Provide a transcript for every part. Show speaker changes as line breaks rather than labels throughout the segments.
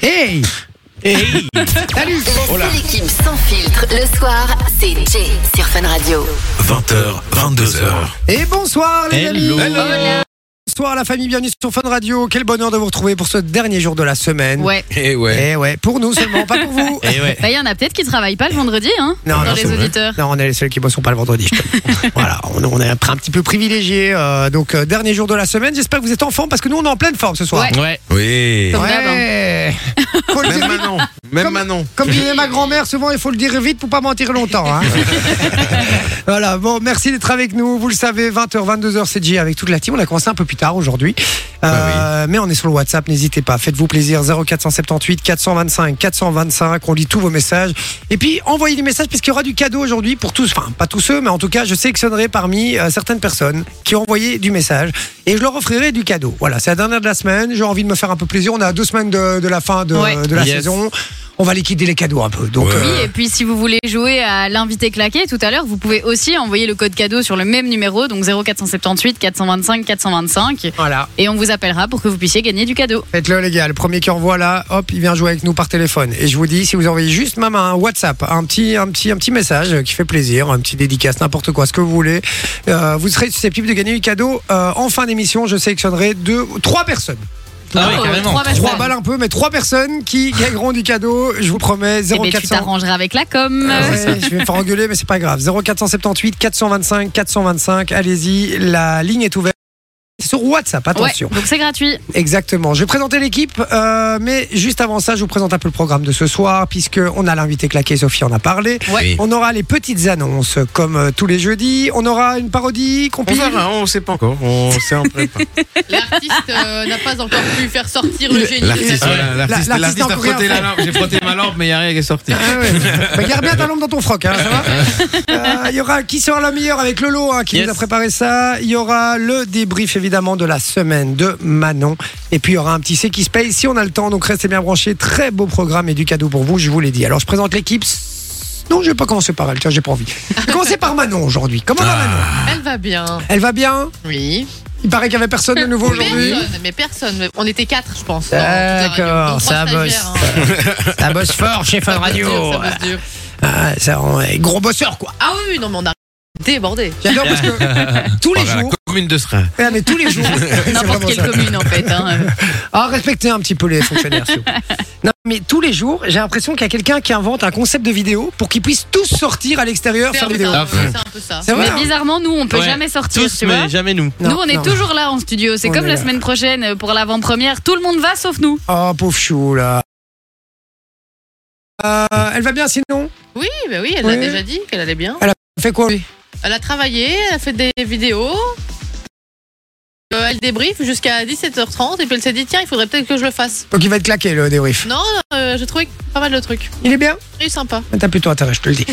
Hey Hey Salut
Oh
La seule équipe sans filtre le soir, c'est Jay sur Fun Radio.
20h, 22h.
Et bonsoir les
Hello.
amis Bonsoir la famille, bienvenue sur Fun Radio. Quel bonheur de vous retrouver pour ce dernier jour de la semaine.
Ouais.
Et ouais.
Eh ouais, pour nous seulement, pas pour vous.
Et ouais.
Bah, il y en a peut-être qui travaillent pas le vendredi, hein,
Non, non,
dans
c'est
les
vrai.
auditeurs.
Non, on est les seuls qui bossons pas le vendredi. je te le- voilà, on, on est un, un petit peu privilégiés. euh, donc, euh, dernier jour de la semaine. J'espère que vous êtes en forme parce que nous, on est en pleine forme ce soir.
Ouais.
Ouais. Oui.
Comme d'hab, hein.
Ouais. Faut le dire
Même
vite.
Manon. Même
Comme-
Manon.
Comme disait ma grand-mère, souvent il faut le dire vite pour pas mentir longtemps. hein. voilà, bon, merci d'être avec nous. Vous le savez, 20h, 22h, c'est J avec toute la team. On a commencé un peu plus tard aujourd'hui. Euh, Mais on est sur le WhatsApp, n'hésitez pas. Faites-vous plaisir, 0478 425 425. On lit tous vos messages. Et puis, envoyez des messages parce qu'il y aura du cadeau aujourd'hui pour tous. Enfin, pas tous ceux, mais en tout cas, je sélectionnerai parmi euh, certaines personnes qui ont envoyé du message et je leur offrirai du cadeau. Voilà, c'est la dernière de la semaine. J'ai envie de me faire un peu plaisir. On a deux semaines de, de la fin de,
Ouais.
de la
Yes.
saison. On va liquider les cadeaux un peu. Donc,
Ouais.
euh,
Oui, et puis si vous voulez jouer à l'invité claqué tout à l'heure, vous pouvez aussi envoyer le code cadeau sur le même numéro, donc 0478 425 425,
voilà.
et on vous appellera pour que vous puissiez gagner du cadeau.
Faites-le les gars, le premier qui envoie là, hop, il vient jouer avec nous par téléphone. Et je vous dis, si vous envoyez juste même un WhatsApp, un petit, un petit, un petit message euh, qui fait plaisir, un petit dédicace, n'importe quoi, ce que vous voulez, euh, vous serez susceptible de gagner du cadeau. Euh, en fin d'émission, je sélectionnerai deux, trois personnes.
Ah ouais,
Oh,
carrément.
trois vaches
Trois
folles.
balles un peu, mais trois personnes qui gagneront du cadeau. Je vous promets,
Eh ben, tu
0400.
t'arrangeras avec la com.
Ouais, je vais me faire engueuler, mais c'est pas grave. 0478 425 425, allez-y, la ligne est ouverte. C'est sur WhatsApp,
Ouais,
attention.
donc c'est gratuit.
Exactement. Je vais présenter l'équipe, euh, mais juste avant ça, je vous présente un peu le programme de ce soir, puisque on a l'invité claqué, Sophie en a parlé.
Oui.
On aura les petites annonces, comme euh, tous les jeudis. On aura une parodie
On
compilée.
verra, on sait pas encore. On sait en prépa.
L'artiste euh, n'a pas encore pu faire sortir le génie.
L'artiste,
Ah ouais.
voilà, l'artiste,
L'artiste n'a
l'artiste a
encore rien
frotté
fait.
la lampe. J'ai frotté ma lampe, mais il n'y a rien qui est sorti.
Ah ouais. Bah, garde bien ta lampe dans ton froc, hein, ça va Euh, Il y aura qui sera la meilleure avec Lolo hein, qui
Yes.
nous a préparé ça. Il y aura le débrief évidemment de la semaine de Manon. Et puis il y aura un petit C qui se paye si on a le temps. Donc restez bien branchés. Très beau programme et du cadeau pour vous, je vous l'ai dit. Alors je présente l'équipe. Non, je vais pas commencer par elle, tiens, j'ai pas envie. Je vais commencer par Manon aujourd'hui. Comment va Manon
Elle va bien.
Elle va bien
Oui.
Il paraît qu'il y avait personne de nouveau aujourd'hui. Euh.
Personne, mais personne. On était quatre, je pense.
D'accord, ça bosse.
bosse.
Ça bosse fort chez Fun Radio.
hein. Ça bosse dur.
Ah, ça, on est gros bosseur quoi.
Ah oui, non, mais on a débordé.
J'adore parce que tous les
Par la
jours,
commune de Seraing.
Ouais, mais tous les jours. C'est
N'importe
vraiment
quelle
ça.
commune en fait. hein.
Ah, respectez un petit peu les fonctionnaires. s'il vous plaît. non, mais tous les jours, j'ai l'impression qu'il y a quelqu'un qui invente un concept de vidéo pour qu'ils puissent tous sortir à l'extérieur
C'est un,
faire
peu
vidéo.
ça,
Ah,
ouais, c'est un peu ça.
C'est vrai. hein.
Mais bizarrement, nous, on peut
Ouais.
jamais sortir,
Tous,
tu vois.
mais jamais nous.
Non,
nous, on est
non.
toujours là en studio. C'est
On
comme
est
la
là.
semaine prochaine pour l'avant-première. Tout le monde va sauf nous.
Oh, pauvre chou, là. Euh, elle va bien sinon
Oui, bah oui, elle
Oui.
a déjà dit qu'elle allait bien.
Elle fait quoi
Elle a travaillé, elle a fait des vidéos. Euh, elle débriefe jusqu'à 17h30 et puis elle s'est dit tiens, il faudrait peut-être que je le fasse.
Donc il va être claqué le débrief.
Non, euh, j'ai trouvé pas mal de trucs.
Il est bien
Et sympa.
Ah, T'as plutôt intérêt, je te le dis.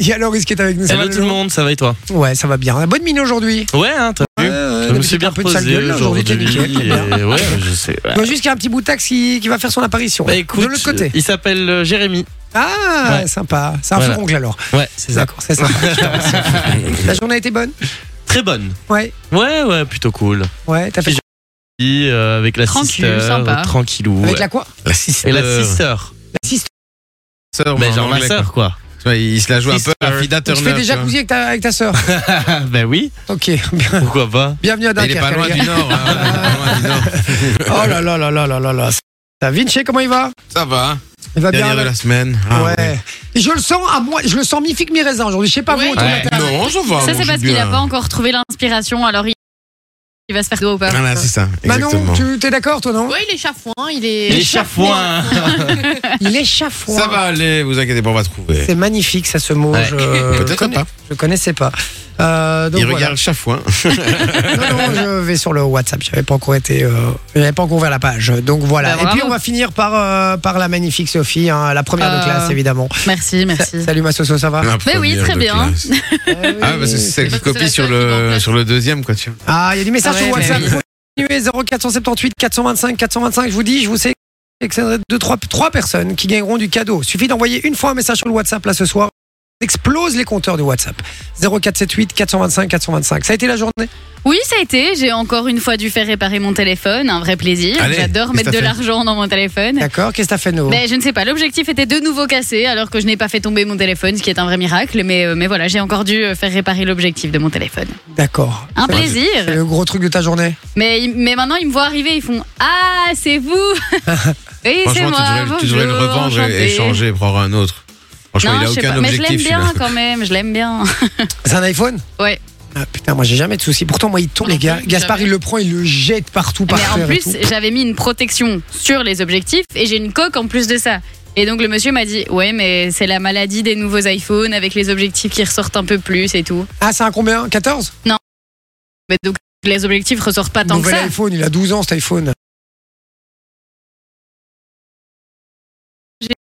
Il y a Loris qui est avec nous. Ça
Hello
va,
tout le monde, ça va et toi
Loris Ouais, ça va bien. Bonne mine aujourd'hui.
Ouais, hein, t'as vu
Euh,
Je me
d'habitude,
suis bien
un peu de sale
reposé
gueule, là, aujourd'hui,
aujourd'hui.
t'es nickel, t'es
et ouais, je sais. ouais.
Je vois juste qu'il y a un petit bout de taxe qui, qui va faire son apparition.
Bah écoute,
de l'autre côté.
il s'appelle euh, Jérémy.
Ah,
Ouais.
sympa. C'est un
Voilà.
furoncle alors.
Ouais, c'est ça.
D'accord, c'est sympa. Je te remercie. La journée a été bonne
Très bonne.
Ouais.
Ouais, ouais, plutôt cool.
Ouais, t'as fait
Puis Et, euh, avec la
Tranquille,
sister, euh,
sympa.
tranquillou.
Avec
ouais.
la Euh, quoi
La 6
Et la sister.
La sister.
sœur,
Mais genre ma sœur, quoi.
il se la joue un peu à la
Sister.
Fida
Donc, tu
Turner.
fais des
tu vois.
jacuzzi avec ta, avec ta soeur.
ben oui,
ok, bien-
pourquoi pas
bienvenue à
Mais Il
Dunkerque.
est pas loin
les
du
gars.
Nord. hein, il est pas loin du Nord.
Oh là là là là là là là. Ça, Vinci, comment il va
Ça va. hein.
Il va
Dernière de
là.
la semaine. Ah,
ouais. Et Je le sens à moi, je le sens mi figue mi raisin aujourd'hui. Je sais pas
Ouais.
vous. autour de la
Ouais.
table.
Non, ça
Ça,
va. moi,
c'est
je
parce
suis
qu'il n'a
bien.
pas encore trouvé l'inspiration, alors il... il va se faire dos ou pas.
Voilà, Ah, c'est ça.
Manon,
Exactement.
tu t'es d'accord toi non
Ouais, il est chafouin, il est.
Les chafouins
Il est chafouin.
Ça va aller, vous inquiétez pas, on va trouver.
C'est magnifique ça ce mot.
Ouais.
Je, je,
Peut-être
connais-
pas.
je connaissais pas. Euh, donc
Il
voilà.
regarde chafouin.
Non, non, je vais sur le WhatsApp. J'avais pas encore été, euh, j'avais pas encore ouvert la page. Donc voilà.
Bah,
Et puis
bravo.
on va finir par euh, par la magnifique Sophie, hein, la première de
Euh,
classe évidemment.
Merci, merci.
Salut ma soso, ça va
La
Mais oui,
première
très
de
bien.
classe. Ah, parce que c'est celle
Parce que c'est
qui copie
la
sur
seule qui
le,
m'emplace.
sur le deuxième, quoi, tu vois.
Ah, il y a des messages
Ah
sur
ouais,
WhatsApp.
mais
Continuez 0478 425 425. Je vous dis, je vous sais que c'est deux trois trois personnes qui gagneront du cadeau. Suffit d'envoyer une fois un message sur le WhatsApp là ce soir. explose les compteurs de WhatsApp. 0478 425 425. Ça a été la journée
Oui, ça a été. J'ai encore une fois dû faire réparer mon téléphone. Un vrai plaisir.
Allez,
J'adore
qu'est-ce
mettre
que
de
t'as fait
l'argent dans mon téléphone.
D'accord Qu'est-ce que t'as fait, Noah
Mais je ne sais pas, l'objectif était de nouveau cassé alors que je n'ai pas fait tomber mon téléphone, ce qui est un vrai miracle. Mais, euh, mais voilà, j'ai encore dû euh, faire réparer l'objectif de mon téléphone.
D'accord.
Un
Ça,
plaisir.
c'est Le gros truc de ta journée
Mais, ils- mais maintenant, ils me voient arriver, ils font Ah, c'est vous Oui, c'est
Franchement,
moi.
tu devrais, tu devrais le
bonjour,
revendre et- et
enchanté.
changer et prendre un autre. Franchement,
Non,
il
je
a
sais
aucun
pas. Mais je l'aime
objectif.
bien
celui-là.
quand même, je l'aime bien.
C'est un iPhone
Ouais.
Ah, putain, moi j'ai jamais de soucis. Pourtant, moi il tombe, les gars.
Jamais.
Gaspard il le prend, il le jette partout, par
Ah, Mais en
terre et
plus,
tout.
j'avais mis une protection sur les objectifs et j'ai une coque en plus de ça. Et donc le monsieur m'a dit Ouais, mais c'est la maladie des nouveaux iPhones avec les objectifs qui ressortent un peu plus et tout.
Ah, c'est un combien 14
Mais donc les objectifs ressortent pas tant que
Nouvel
ça.
iPhone, il a 12 ans cet iPhone.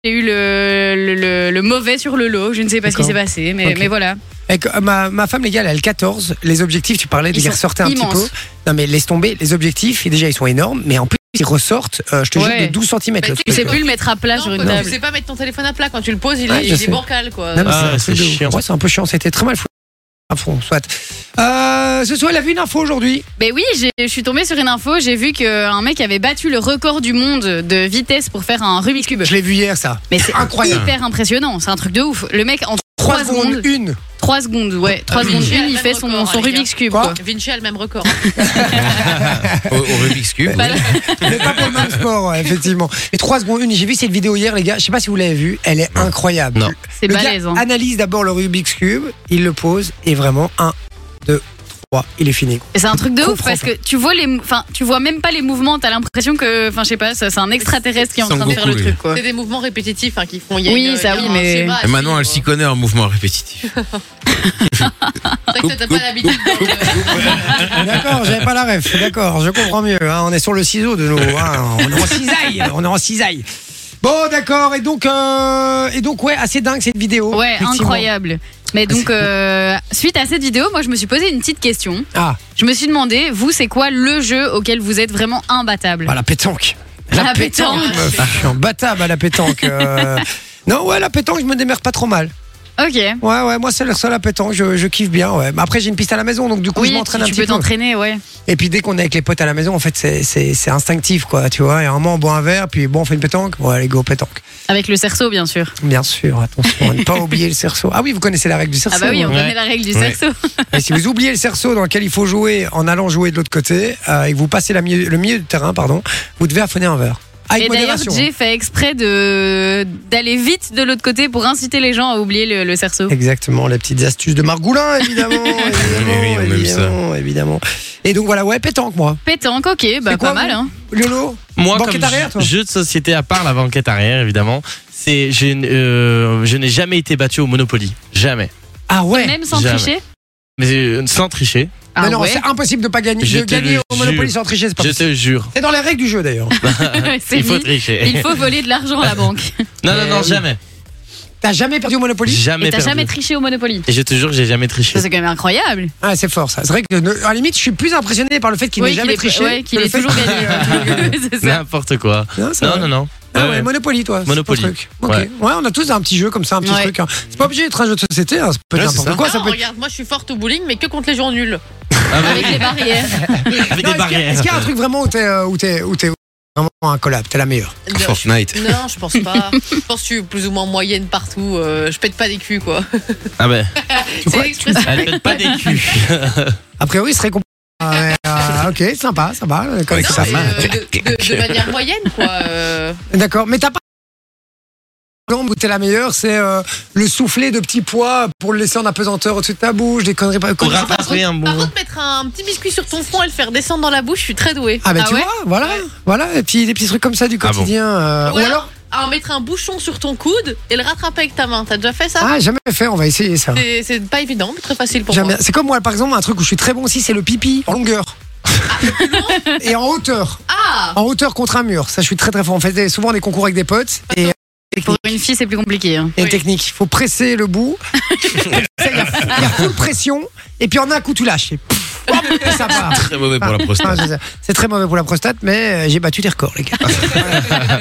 J'ai eu le, le, le- le mauvais sur le lot. Je ne sais pas ce qui
D'accord.
s'est passé, mais,
Ok.
mais voilà.
Et que, euh, ma, ma femme, les gars, elle a le 14. Les objectifs, tu parlais,
Ils
les gars
sont
ressortaient un petit
immenses.
peu. Non, mais laisse tomber. Les objectifs, et déjà, ils sont énormes. Mais en plus, ils ressortent, euh, je te
Ouais.
jure, de 12 cm.
Mais
Bah, Tu
tu
sais plus le mettre à plat sur une
Non,
table.
tu sais pas mettre ton téléphone à plat quand tu le poses, il,
Ouais,
est,
je
il est
sais.
bancal quoi.
Non,
Ah,
mais c'est un, truc
c'est
de ouf.
chiant.
Ouais, c'est un peu chiant, c'était très mal foutu. À fond, soit. Euh, ce soir, elle a vu une info aujourd'hui.
Mais oui, j'ai- je suis tombée sur une info. J'ai vu qu'un mec avait battu le record du monde de vitesse pour faire un Rubik's Cube.
Je l'ai vu hier, ça.
Mais c'est
Incroyable.
hyper impressionnant. C'est un truc de ouf. Le mec, en
3,
3
secondes,
secondes,
une. Ah
3 secondes, ouais, 3 secondes,
Vinci a
une,
le
il
même
fait son,
record,
son
les gars.
Rubik's Cube.
Quoi
quoi.
Vinci a le même record.
Au, au Rubik's Cube.
Bah,
Mais pas pour le même sport, ouais, effectivement. Mais 3 secondes, une. J'ai vu cette vidéo hier, les gars. Je sais pas si vous l'avez vue. Elle est incroyable.
Non.
C'est
Le gars
balèze. hein.
analyse d'abord le Rubik's Cube, il le pose, et vraiment, 1, 2, 3, il est fini.
Et C'est un truc de ouf
comprends
parce que tu vois les, mou- enfin, tu vois même pas les mouvements. T'as l'impression que, enfin, je sais pas, ça, c'est un extraterrestre qui est en
Son
train de faire
Goku,
le
lui.
truc, quoi.
C'est des mouvements répétitifs hein, qui font. il y a
Oui,
une- il
ça
y a
oui,
un
mais-
schéma
bah,
à
Et maintenant, elle s'y
suivre.
connaît en mouvement répétitif.
C'est vrai que t'as pas l'habitude.
D'accord, j'avais pas la ref. D'accord, je comprends mieux. hein. On est sur le ciseau de nouveau. hein. On est en cisaille. On est en cisaille. Bon, d'accord. Et donc, euh, et donc, ouais, assez dingue cette vidéo.
Ouais,
effectivement.
incroyable. Mais donc, euh, suite à cette vidéo, moi, je me suis posé une petite question.
Ah,
Je me suis demandé, vous, c'est quoi le jeu auquel vous êtes vraiment imbattable
bah, la pétanque.
À la pétanque.
meuf. Je suis imbattable à la pétanque. euh. Non, ouais, la pétanque, je me démerde pas trop mal.
Ok.
Ouais, ouais, moi, c'est le seul à pétanque, je, je kiffe bien. Ouais. Mais après, j'ai une piste à la maison, donc du coup,
Oui,
je m'entraîne
tu-
un
tu
petit
peux
peu.
t'entraîner, ouais.
Et puis dès qu'on est avec les potes à la maison, en fait, c'est- c'est c'est instinctif, quoi, tu vois. Et à un moment, on boit un verre, puis bon, on fait une pétanque. Ouais, allez, go, pétanque.
Avec le cerceau, bien sûr.
Bien sûr, attention, ne pas oublier le cerceau. Ah oui, vous connaissez la règle du cerceau.
Ah bah oui, on
hein.
connaît la règle du
Ouais.
cerceau.
Et si vous oubliez le cerceau dans lequel il faut jouer en allant jouer de l'autre côté, euh, et que vous passez la milieu- le milieu du terrain, pardon, vous devez affonner un verre. Ah, Avec
Et d'ailleurs,
modération.
j'ai fait exprès de d'aller vite de l'autre côté pour inciter les gens à oublier le, le cerceau.
Exactement, les petites astuces de Margoulin, évidemment. évidemment,
Oui, oui, on aime ça.
évidemment, évidemment. Et donc voilà, ouais, pétanque, moi.
Pétanque, ok, bah
C'est quoi,
pas mal,
vous
hein.
Lolo
Moi,
Banquette
comme
arrière, toi
jeu- jeu de société, à part la banquette arrière, évidemment, c'est je, n- euh, je n'ai jamais été battu au Monopoly. Jamais.
Ah ouais
Même sans
Jamais.
tricher
Mais euh, sans tricher,
Ah
Mais non,
ouais.
c'est impossible de pas gagner,
Je
de
te
gagner
le
au Monopoly
jure.
sans tricher, c'est pas
je
possible.
te jure.
C'est dans les règles du jeu d'ailleurs.
C'est
Il faut
mis.
tricher.
Il faut voler de l'argent à la banque.
Non, non, non, jamais.
T'as jamais perdu au Monopoly
Jamais
Et t'as
perdu.
jamais triché au Monopoly.
Et je te jure, j'ai jamais triché.
Ça, c'est quand même incroyable.
Ah, c'est fort ça. C'est vrai que ne- à la limite, je suis plus impressionné par le fait qu'il
Oui,
n'ait
qu'il
jamais
ait-
triché.
ouais, qu'il
que le
ait
fait
toujours
qu'il ait, euh, toujours gagné.
gagné. C'est ça.
N'importe quoi.
Non, c'est
Non,
vrai.
non, non.
Ah
Ouais,
ouais,
ouais.
Monopoly, toi. c'est ton
Monopoly.
Truc. Ok. Ouais.
Ouais.
on a tous un petit jeu comme ça, un petit
Ouais.
truc. hein. C'est pas obligé d'être un jeu de société, hein. ça peut être
Ouais, c'est
n'importe
ça.
quoi. Ça
Non,
peut être-
regarde, moi je suis forte au bowling, mais que contre les gens nuls.
Ah, bah oui,
Avec les barrières.
avec
Non,
des
est-ce qu'il y a-
barrières.
Est-ce qu'il y a un truc vraiment où t'es euh, où t'es- où t'es vraiment un collab T'es la meilleure.
Ah
Fortnite.
Non, je pense pas. je pense que je suis plus ou moins moyenne partout. euh, je pète pas des culs, quoi.
Ah, bah,
C'est l'expression.
elle pète pas des culs.
A priori, ce serait compliqué. Ah ouais, ah, ok, sympa, ça va. euh, comme
Ouais,
Non,
ça.
mais, euh, de, de- de manière moyenne, quoi. euh.
D'accord, mais t'as pas. Où t'es la meilleure, c'est euh, le souffler de petits pois pour le laisser en apesanteur au-dessus de ta bouche, des conneries. pas-
Pour
conneries-
rattraper un
Par
bout.
contre, mettre un petit biscuit sur ton front et le faire descendre dans la bouche, je suis très douée.
Ah, ben
Ah
tu
ouais
vois, voilà, voilà, et puis des petits trucs comme ça du
Ah bon.
quotidien. euh,
Ou
Ou alors,
alors, à mettre un bouchon sur ton coude et le rattraper avec ta main. T'as déjà fait ça
ah, jamais fait, on va essayer ça.
C'est- C'est pas évident, mais très facile pour
J'aime
moi.
bien. C'est comme moi, par exemple, un truc où je suis très bon aussi, c'est le pipi en longueur.
Ah,
et en hauteur.
Ah
En hauteur contre un mur. Ça, je suis très très fort. On fait des- souvent des concours avec des potes. Et,
Pour une fille, c'est plus compliqué. hein.
et une
Oui.
technique. Il faut presser le bout. Ça, Il y, a- il y a full pression. Et puis en un coup, tu lâches. Et pff, Et ça part.
Très mauvais pour la
Ah,
prostate.
c'est ça. C'est très mauvais pour la prostate, mais euh, j'ai battu des records, les gars.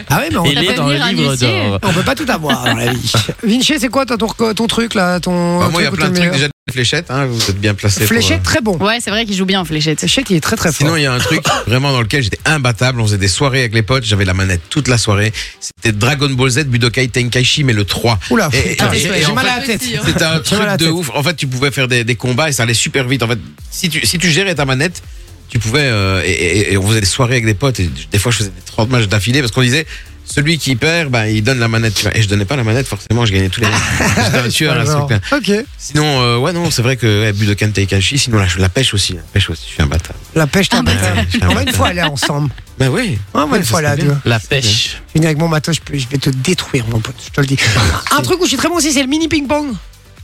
ah ouais, mais on,
Il
Ça
est
fait
dans le
venir un
livre
huissier.
d'or.
on peut pas tout avoir dans la vie. Vinci, c'est quoi toi, ton, reco- ton truc là ton,
Bah,
ton
moi, il y a
truc où
plein
t'es le
de trucs
meilleur
déjà de fléchettes. Hein, vous êtes bien placé.
Fléchette, très bon.
Ouais, c'est vrai qu'il joue bien en fléchette.
Fléchette, il est très très fort.
Sinon, il y a un truc vraiment dans lequel j'étais imbattable. On faisait des soirées avec les potes. J'avais la manette toute la soirée. C'était Dragon Ball Z Budokai Tenkaichi, mais le 3.
Oula,
Et-
putain,
et-
j'ai
et
j'ai
en
mal
fait,
à la tête.
petit, hein.
C'était un
J'ai mal à la
truc
tête.
de ouf. En fait, tu pouvais faire des, des combats et ça allait super vite. En fait, si tu, si tu gérais ta manette, tu pouvais. euh, et, et- et on faisait des soirées avec des potes. Et des fois, je faisais des 30 matchs d'affilée parce qu'on disait celui qui perd, bah, il donne la manette. tu vois. Et je donnais pas la manette, forcément, je gagnais tous les matchs. J'étais un tueur à ce
Alors,
truc-là.
Ok,
Sinon, euh, ouais, non, c'est vrai que ouais, Budokan Teikashi, sinon la, la pêche aussi. hein. La pêche aussi, je suis un bâtard.
la pêche t'en
Ah, bah, tiens.
On va une fois aller ensemble.
Bah oui.
On va
Ouais,
une
ça
fois
serait
là, tu
bien.
vois.
La pêche.
Je vais venir avec mon matos, je, peux- je vais te détruire, mon pote, je te le dis. Un truc où je suis très bon aussi, c'est le mini ping-pong.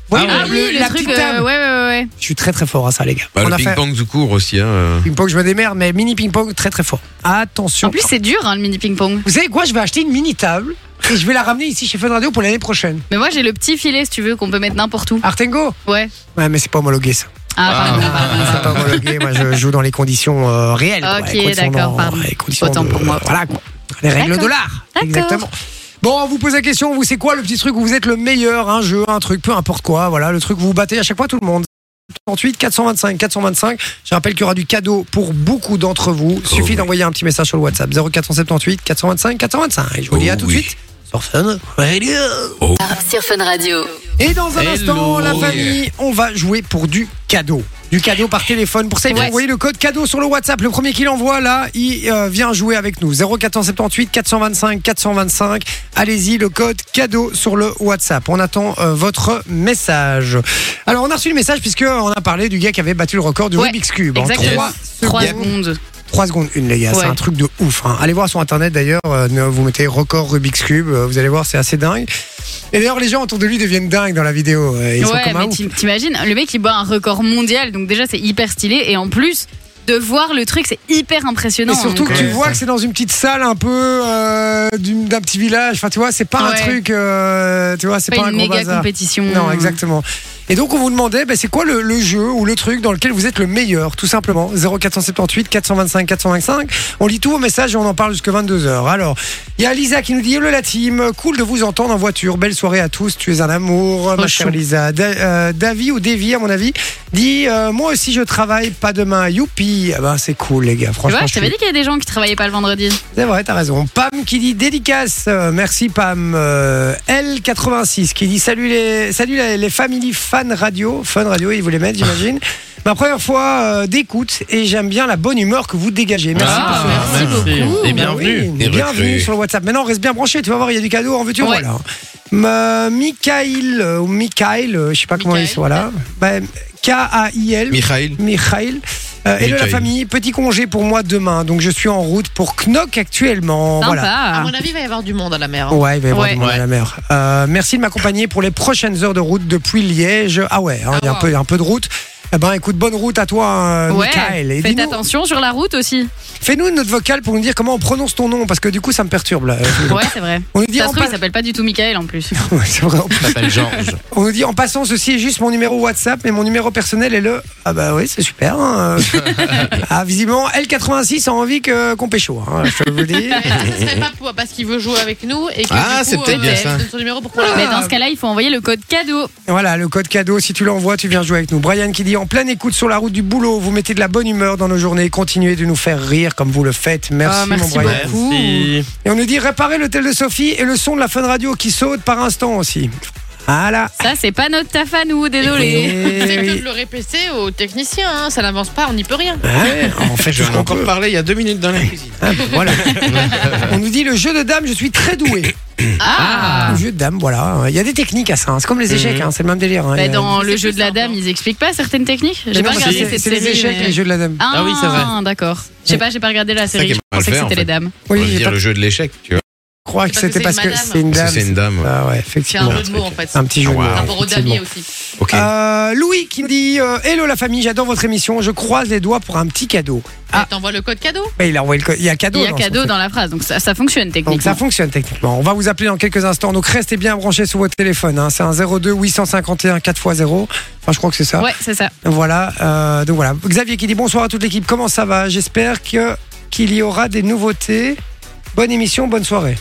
Vous voyez,
Ah oui, le
la
truc.
petite table.
euh, ouais, ouais, ouais.
Je suis très très fort à ça, les gars.
Bah,
On
le
a fait
ping-pong du cours aussi. Hein, euh.
ping-pong, je me démerde, mais mini ping-pong, très très fort. Attention.
En plus, c'est dur, hein, le mini ping-pong.
Vous savez quoi Je vais acheter une mini table et je vais la ramener ici chez Fun Radio pour l'année prochaine.
Mais moi, j'ai le petit filet, si tu veux, qu'on peut mettre n'importe où.
Artengo
Ouais.
Ouais, mais c'est pas homologué ça.
Ah, pardon.
C'est pas homologué. Moi, je joue dans les conditions euh, réelles. quoi,
Ok,
les conditions
d'accord,
dans-
pardon.
les conditions
Autant
de-
pour moi.
Voilà quoi. Les règles
D'accord.
de l'art.
D'accord.
Exactement. Bon, on vous pose la question, vous c'est quoi le petit truc où vous êtes le meilleur, un jeu, un truc, peu importe quoi, voilà, le truc où vous battez à chaque fois tout le monde. 38 425 425. Je rappelle qu'il y aura du cadeau pour beaucoup d'entre vous.
Oh
Suffit d'envoyer un petit message sur le WhatsApp 0478 425 425. Et je vous dis à
Oh
tout de
oui. Oh
suite sur Fun Radio.
Ah, Sur Fun Radio.
Et dans un
Hello.
instant, la famille, on va jouer pour du cadeau. Du cadeau par téléphone. Pour ça, il faut
Ouais.
envoyer le code cadeau sur le WhatsApp. Le premier qui l'envoie, là, il euh, vient jouer avec nous. 0478 425 425. Allez-y, le code cadeau sur le WhatsApp. On attend euh, votre message. Alors, on a reçu le message puisqu'on a parlé du gars qui avait battu le record du
Ouais,
Rubik's Cube.
exactement.
En 3
3
secondes.
secondes.
3 secondes une les gars,
Ouais.
c'est un truc de ouf. hein. Allez voir sur internet d'ailleurs, euh, ne- vous mettez record Rubik's Cube, euh, vous allez voir c'est assez dingue. Et d'ailleurs les gens autour de lui deviennent dingues dans la vidéo, euh, ils sont
ouais,
comme un
mais
ouf.
t'im- t'imagines, le mec il bat un record mondial, donc déjà c'est hyper stylé, et en plus de voir le truc, c'est hyper impressionnant.
Et surtout
donc,
que tu
euh,
vois que c'est dans une petite salle un peu euh, d'une- d'un petit village, enfin tu vois, c'est pas
Ouais.
un truc, euh, tu vois, c'est
pas,
pas, un
une
gros
méga
bazar.
compétition.
Non, exactement. Et donc on vous demandait, ben, c'est quoi le, le jeu ou le truc dans lequel vous êtes le meilleur, tout simplement. 0478 425 425. On lit tous vos messages et on en parle jusque 22h. Alors, il y a Lisa qui nous dit, hello la team, cool de vous entendre en voiture, belle soirée à tous, tu es un amour, ma chère
chou.
Lisa. Da- euh, Davy ou Davy, à mon avis, dit, euh, moi aussi je travaille, pas demain, youpi. Ah ben, c'est cool les gars,
Tu
franchement.
vois, je
je suis-
t'avais dit qu'il y a des gens qui travaillaient pas le vendredi.
c'est vrai, t'as raison. Pam qui dit dédicace. Euh, merci Pam. Euh, L86 qui dit salut les, salut les, les family fan radio. Fun radio, ils voulaient mettre, j'imagine. Ma première fois euh, d'écoute et j'aime bien la bonne humeur que vous dégagez. Merci
Ah,
pour ce-
merci beaucoup. Et bienvenue.
Bah oui,
Et
bienvenue
recrue.
sur le WhatsApp. Maintenant, on reste bien branché. Tu vas voir, il y a du cadeau en veux-tu
Ouais.
voilà. M- Mikhail, euh, ou Mikhail, euh, je sais pas comment il
Mikhail,
se voilà. Bah, K-A-I-L.
Michael.
Michael. Euh, hello la
Michael.
famille, petit congé pour moi demain, donc je suis en route pour Knock actuellement.
Sympa.
Voilà.
À mon avis, il va y avoir du monde à la mer. hein.
Ouais, il va y avoir
Ouais.
du monde à la mer. Euh, merci de m'accompagner pour les prochaines heures de route depuis Liège. Ah ouais, hein, il y a un
wow.
peu, il y a un peu de route. Eh ben, écoute, bonne route à toi, hein,
Ouais,
Michael. Et
faites
dis-nous-
attention sur la route aussi.
fais-nous une note vocale pour nous dire comment on prononce ton nom, parce que du coup, ça me perturbe. là.
Ouais, c'est vrai.
On nous dit
Ça
en
se trouve, il
pas-
s'appelle pas du tout Michael en plus.
Ouais, c'est vrai, en plus.
s'appelle Georges.
On nous dit en passant, ceci est juste mon numéro WhatsApp, mais mon numéro personnel est le. Ah bah oui, c'est super. hein. ah, visiblement, L86 a envie que- qu'on pécho, hein, je te le dis.
Mais Ce serait pas pour- parce qu'il veut jouer avec nous et que
Ah,
du
c'est
coup,
peut-être
euh,
bien
il
ça.
donne son numéro pour qu'on l'appelle.
Mais dans ce cas-là, il faut envoyer le code cadeau.
Voilà, le code cadeau, si tu l'envoies, tu viens jouer avec nous. Brian qui dit en pleine écoute sur la route du boulot, vous mettez de la bonne humeur dans nos journées, continuez de nous faire rire comme vous le faites. Merci,
Ah, merci
mon Brian.
beaucoup.
Merci.
Et on nous dit réparer l'hôtel de Sophie et le son de la fun radio qui saute par instant aussi. Voilà.
Ça, c'est pas notre taf à nous, désolé.
C'est
Eh
que de
oui.
le répéter aux techniciens, hein, ça n'avance pas, on n'y peut rien.
Ouais, Hein on fait tout ce
J'en ai
qu'on peut.
encore parlé il y a deux minutes dans la cuisine.
Ah, ben voilà. on nous dit le jeu de dames, je suis très doué.
Ah
Le jeu de dames, voilà. Il y a des techniques à ça. hein. C'est comme les
Mhm.
échecs, hein, c'est le même délire. hein.
Bah,
Il y a-
Dans
C'est
le
plus
jeu de la
simple,
dame,
hein.
ils expliquent pas certaines techniques
Mais
J'ai pas
non,
regardé
c'est-
cette
c'est les
série.
échecs,
mais-
les jeux de la dame.
Ah,
Ah oui, c'est vrai.
D'accord. Je sais pas, j'ai pas regardé la
ça qui
série.
est
Je
mal
pensais que
fait, en
c'était
fait.
les dames.
On
Oui,
va
il y a
dire
pas-
le jeu de l'échec, tu vois.
crois que
parce que
c'était
c'est
parce
une
que
madame.
c'est une dame.
Parce que c'est une dame. ouais.
Ah ouais,
C'est un
effectivement.
jeu de mots en fait.
Un petit jeu de
Ah,
mots,
wow.
Par rapport aux damiers
effectivement.
aussi.
Ok.
Euh, Louis qui me dit euh, Hello la famille, j'adore votre émission, je croise les doigts pour un petit cadeau. Ah.
Et T'envoies le code cadeau
Mais il a envoyé le co- il y a cadeau.
Il y a
dans son
cadeau
truc.
dans la phrase, donc ça, ça fonctionne
Donc ça
techniquement.
fonctionne techniquement. On va vous appeler dans quelques instants. Donc restez bien branchés sur votre téléphone. hein. C'est un 02 851 4x0. Enfin, je crois que c'est ça.
ouais, c'est ça.
Voilà. euh, donc voilà. Xavier qui dit bonsoir à toute l'équipe. Comment ça va J'espère que qu'il y aura des nouveautés. Bonne émission, bonne soirée.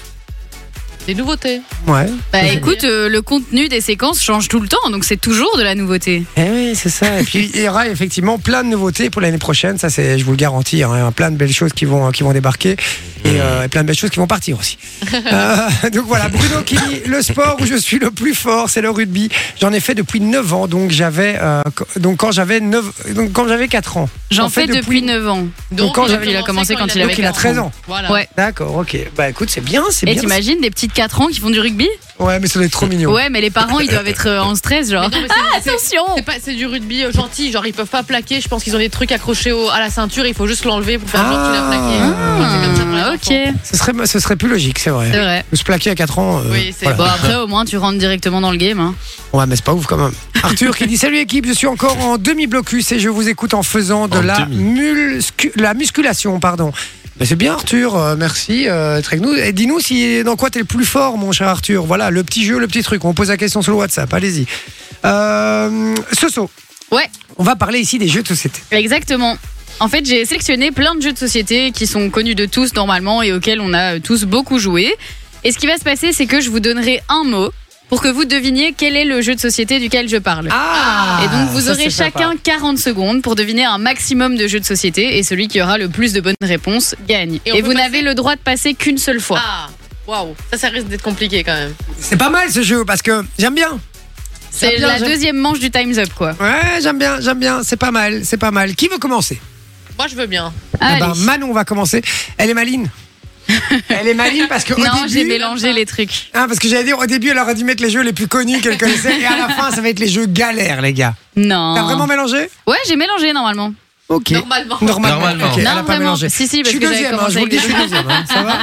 Des nouveautés.
Ouais.
Bah écoute, euh, le contenu des séquences change tout le temps, donc c'est toujours de la nouveauté.
Eh oui, c'est ça. Et puis il y aura effectivement plein de nouveautés pour l'année prochaine. Ça, c'est, je vous le garantis, hein, plein de belles choses qui vont qui vont débarquer et, euh, et plein de belles choses qui vont partir aussi. Euh, donc voilà, Bruno qui dit le sport où je suis le plus fort, c'est le rugby. J'en ai fait depuis 9 ans, donc j'avais euh, qu- donc quand j'avais 9 donc quand j'avais 4 ans.
J'en fais depuis 9 ans.
Donc, quand j'avais-
il a commencé quand il
Donc
avait
il a
14
13 ans.
Voilà.
Ouais.
D'accord, ok. Bah écoute, c'est bien, c'est
Et
bien.
t'imagines des petites 4 ans qui font du rugby
Ouais, mais ça doit être trop mignon.
Ouais, mais les parents ils doivent être euh, en stress,
Mais
genre. Ah,
non, mais c'est- c'est-
Attention
c'est pas- C'est du rugby euh, gentil, genre ils peuvent pas plaquer. Je pense qu'ils ont des trucs accrochés au- à la ceinture, il faut juste l'enlever pour faire genre qu'il a plaqué.
Ah.
C'est comme ça pour les
Ah,
enfants.
ok,
Ce serait ce serait plus logique, c'est vrai.
c'est vrai.
Se plaquer à 4 ans. euh,
Oui, c'est
voilà.
Bon, après, au moins, tu rentres directement dans le game. hein.
Ouais, mais c'est pas ouf quand même. Arthur qui dit Salut équipe, je suis encore en demi-blocus et je vous écoute en faisant de
En
la,
demi.
mulscu- la musculation. pardon. Mais c'est bien Arthur, euh, merci. Euh, traque nous. Et dis-nous si, dans quoi t'es le plus fort, mon cher Arthur. Voilà, le petit jeu, le petit truc. On pose la question sur le WhatsApp, allez-y. Euh, Soso.
Ouais.
On va parler ici des jeux de société.
Exactement. En fait, j'ai sélectionné plein de jeux de société qui sont connus de tous normalement et auxquels on a euh, tous beaucoup joué. Et ce qui va se passer, c'est que je vous donnerai un mot pour que vous deviniez quel est le jeu de société duquel je parle.
Ah
et donc, vous
ça,
aurez
c'est sympa.
chacun 40 secondes pour deviner un maximum de jeux de société et celui qui aura le plus de bonnes réponses gagne.
Et on
Et,
peut
vous
passer-
n'avez le droit de passer qu'une seule fois.
Ah, waouh, ça, ça risque d'être compliqué quand même.
C'est pas mal ce jeu parce que j'aime bien.
c'est
bien,
la
j'aime-
deuxième manche du Time's Up, quoi.
Ouais, j'aime bien, j'aime bien. C'est pas mal, c'est pas mal. Qui veut commencer
Moi, je veux bien.
Eh
Ah, Allez.
ben, Manon va commencer. Elle est maline. elle est maline parce que au
non, j'ai
début-
mélangé les trucs.
Hein, parce que j'allais dire au début, elle aurait dû mettre les jeux les plus connus qu'elle connaissait. et à la fin, ça va être les jeux galères, les gars.
Non.
T'as vraiment mélangé
Ouais, j'ai mélangé normalement.
Ok.
Normalement.
Normalement.
Normalement.
ok,
Non,
elle a pas
vraiment.
mélangé.
Si, si,
je
parce
suis
que j'avais
deuxième, hein, je vous le dis, je
commencé
suis deuxième. hein, ça va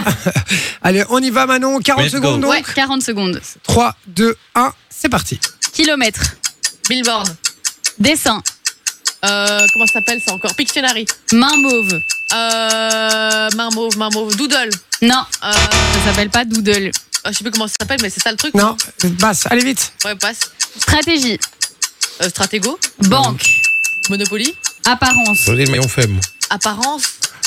Allez, on y va, Manon. 40
Let's go.
secondes donc.
ouais, 40 secondes.
3, 2, 1, c'est parti.
Kilomètre,
Billboard.
dessin,
Euh, comment ça s'appelle ça encore Pictionary.
main mauve.
Euh, main mauve, main mauve. Doodle.
Non,
Euh, Ah,
ça s'appelle pas doodle.
je sais plus comment ça s'appelle, mais c'est ça le truc.
Non, passe, allez vite.
Ouais, passe.
Stratégie,
Euh, Stratego.
banque,
Monopoly.
apparence,
Je veux dire, mais on fait, moi.
Apparence.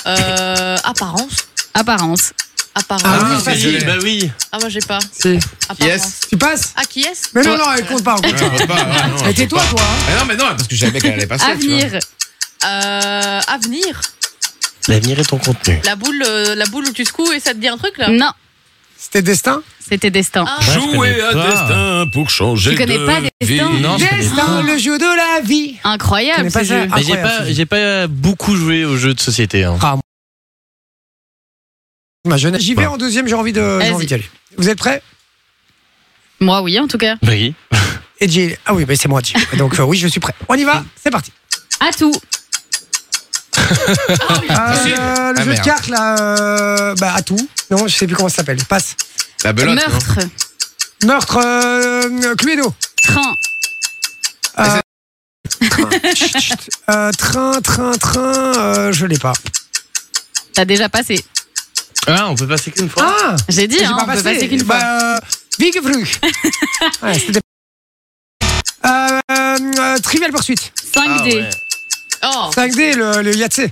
Euh, apparence.
apparence.
Apparence.
Ah oui,
Ah,
ça,
oui,
c'est-
bah oui.
moi, j'ai pas.
Si.
Apparence.
Yes.
Tu passes
Ah, qui est-ce
Mais non, non, elle compte pas. on compte
Ouais,
pas.
on peut pas, ouais, non, on
Mais
peut
tais-toi,
pas.
toi. hein.
Mais non, mais non, parce que je savais qu'elle allait passer. tu vois.
Avenir,
hein.
Euh, Avenir.
L'avenir est ton contenu.
La boule, euh, la boule où tu secoues et ça te dit un truc là
non,
C'était destin
c'était destin.
Ah,
Ouais, je connais pas.
pour changer
Tu connais pas Destin
Non, je connais
Destin,
pas.
le jeu de la vie.
Incroyable
Je connais
ce
pas ça.
jeu.
Ah.
Mais j'ai
Incroyable,
pas, j'ai pas beaucoup joué aux jeux de société. hein.
Ma jeunesse. J'y
Bah.
vais en deuxième, j'ai envie de- j'ai
Vas-y.
envie d'y aller. Vous êtes prêts
Moi oui en tout cas.
Oui.
Et Jay- Ah oui, mais c'est moi, Jay. Donc euh, oui, je suis prêt. On y va, c'est parti.
Atout,
Euh, le
Ah,
jeu de
merde.
cartes, là, euh, bah, à tout. Non, je sais plus comment ça s'appelle. Passe.
La belote. hein. non
meurtre,
Meurtre, euh, Cluedo.
train,
Euh, train, chut, chut. Euh, train, train, train, euh, je l'ai pas.
t'as déjà passé.
Ah, on peut passer qu'une fois.
Ah
J'ai dit,
J'ai
hein,
pas
on peut passer qu'une fois.
Bah, euh, Big Fruit. Ouais, c'était- Euh, euh, Trivial Poursuite.
5D, ouais.
Ah,
Oh,
5D, le, le Yahtzee.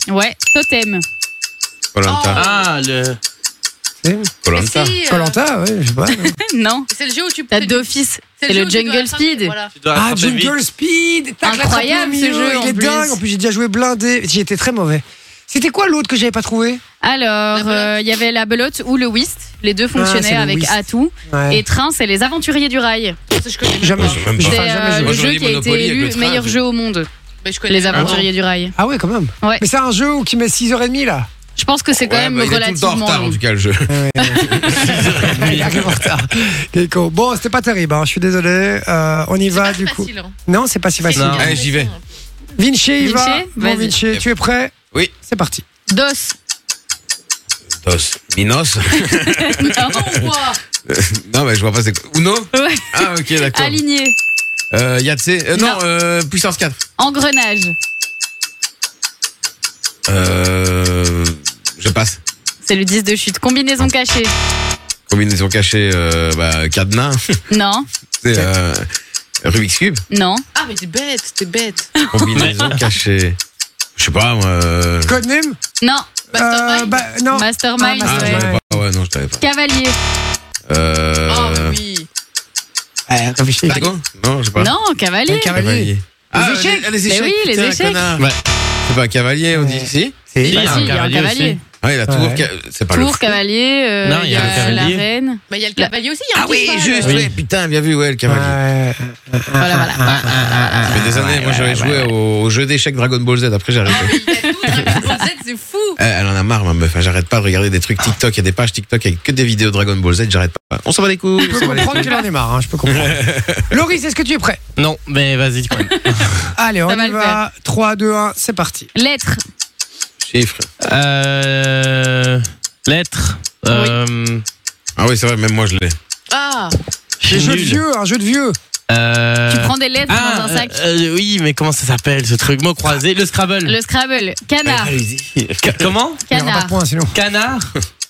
totem,
Colanta.
Ah, le.
Colanta.
si, euh,
Colanta, ouais, je sais pas.
non.
C'est le jeu où tu
T'as d'office, c'est
jeu
le
où tu dois
Jungle
attraper,
Speed.
voilà.
Tu dois
Ah,
rattraper vite.
Jungle Speed Tac,
Incroyable,
l'attrape au
ce
milieu.
jeu, en
Il est
plus.
dingue En plus, j'ai déjà joué blindé. J'y étais très mauvais. C'était quoi l'autre que j'avais pas trouvé
Alors,
La
il
belote.
y avait la belote ou le whist. Les deux
Ah, c'est
fonctionnaient
le
avec
whist.
atout.
Ouais.
Et train, c'est les aventuriers du rail.
Ça, je connais
Jamais.
pas.
Je sais Ah. même
J'ai-
pas.
C'est
Enfin, jamais
euh,
joué.
le
Moi,
jeu
j'aurais
qui
dit
a été
Monopoly avec
élu
le train,
meilleur
j'ai-
jeu au monde.
Mais je connais
Les
pas.
aventuriers du rail.
Ah ouais, quand même.
Ouais.
Mais c'est un jeu où- qui met 6h30 là.
Je pense que c'est quand
Ouais,
même
bah, il est tout le temps
relativement
en retard, en
long.
tout cas, le jeu.
Il arrive en retard. Des cons. Bon, c'était pas terrible, hein, je suis désolé. Euh, on y
C'est
va
pas
du coup.
facile, hein.
Non, c'est pas si facile.
Non.
Allez, j'y vais.
Vinci, il va.
Vinci
Bon,
Vas-y.
Vinci, tu es prêt
Oui.
C'est parti.
Dos,
Dos. Minos. non, mais je vois pas c'est quoi. Uno
Ouais.
Ah, ok, d'accord.
Aligné.
Euh, Yatse. euh, non,
Non.
euh, puissance 4.
Engrenage.
Euh, je passe.
C'est le 10 de chute. Combinaison cachée.
Combinaison cachée, euh, bah, cadenas.
Non,
C'est euh, Rubik's Cube.
non.
Ah, mais t'es bête, t'es bête.
Combinaison cachée. Je sais pas, moi. euh,
Codename
Non.
Euh, bah, Non.
Mastermind.
Ah,
Ah, je
ouais.
Mastermind.
l'avais pas. Ouais, non, je t'avais pas.
Cavalier.
Oh,
Oh,
Euh.
oui.
Ouais, t'as fait chier.
Tago Non, je sais pas.
Non, cavalier.
Le cavalier.
Ah,
Les échecs.
les, les
Mais
échecs.
oui, les
putain,
échecs.
connard.
Ouais.
C'est pas cavalier, on dit.
Ouais.
Si Ah,
Si,
C'est-
Il y a un
si, il y a un
cavalier
cavalier.
Ouais, la tour.
Ouais.
ca- C'est pas le.
Tour, cavalier. euh,
Non, il y a
euh,
le cavalier.
La reine.
Mais Bah, il y a le cavalier aussi, il y a un
Ah oui,
cheval.
juste,
Oui.
ouais, putain, bien vu, ouais, le cavalier.
Ouais.
Voilà, voilà.
Ça fait des années, moi j'avais joué au, au jeu d'échecs Dragon Ball Z, après j'ai arrêté.
Mais il y a tout, Dragon Ball Z, c'est fou.
Eh, Elle en a marre, ma meuf. hein, J'arrête pas de regarder des trucs TikTok. Il y a des pages TikTok avec que des vidéos Dragon Ball Z. J'arrête pas. On s'en va les couilles.
Je peux comprendre qu'elle en est marre, hein, je peux comprendre. Loris, est-ce que tu es prêt
Non, mais vas-y quand même.
Allez, on
va
y
le
va. 3, 2, 1, c'est parti.
Lettre.
Chiffres.
Euh, lettre. Euh,
Ah oui, c'est vrai, même moi je l'ai.
Ah,
je
Un
suis
jeu de
nul.
vieux, un jeu de vieux.
Euh,
Tu prends des lettres
ah,
dans un sac.
euh, euh, oui, mais comment ça s'appelle ce truc Mot croisé, le Scrabble.
Le Scrabble. Canard.
Ca- comment
Il n'y aura pas de
Canard.
points sinon.
Canard.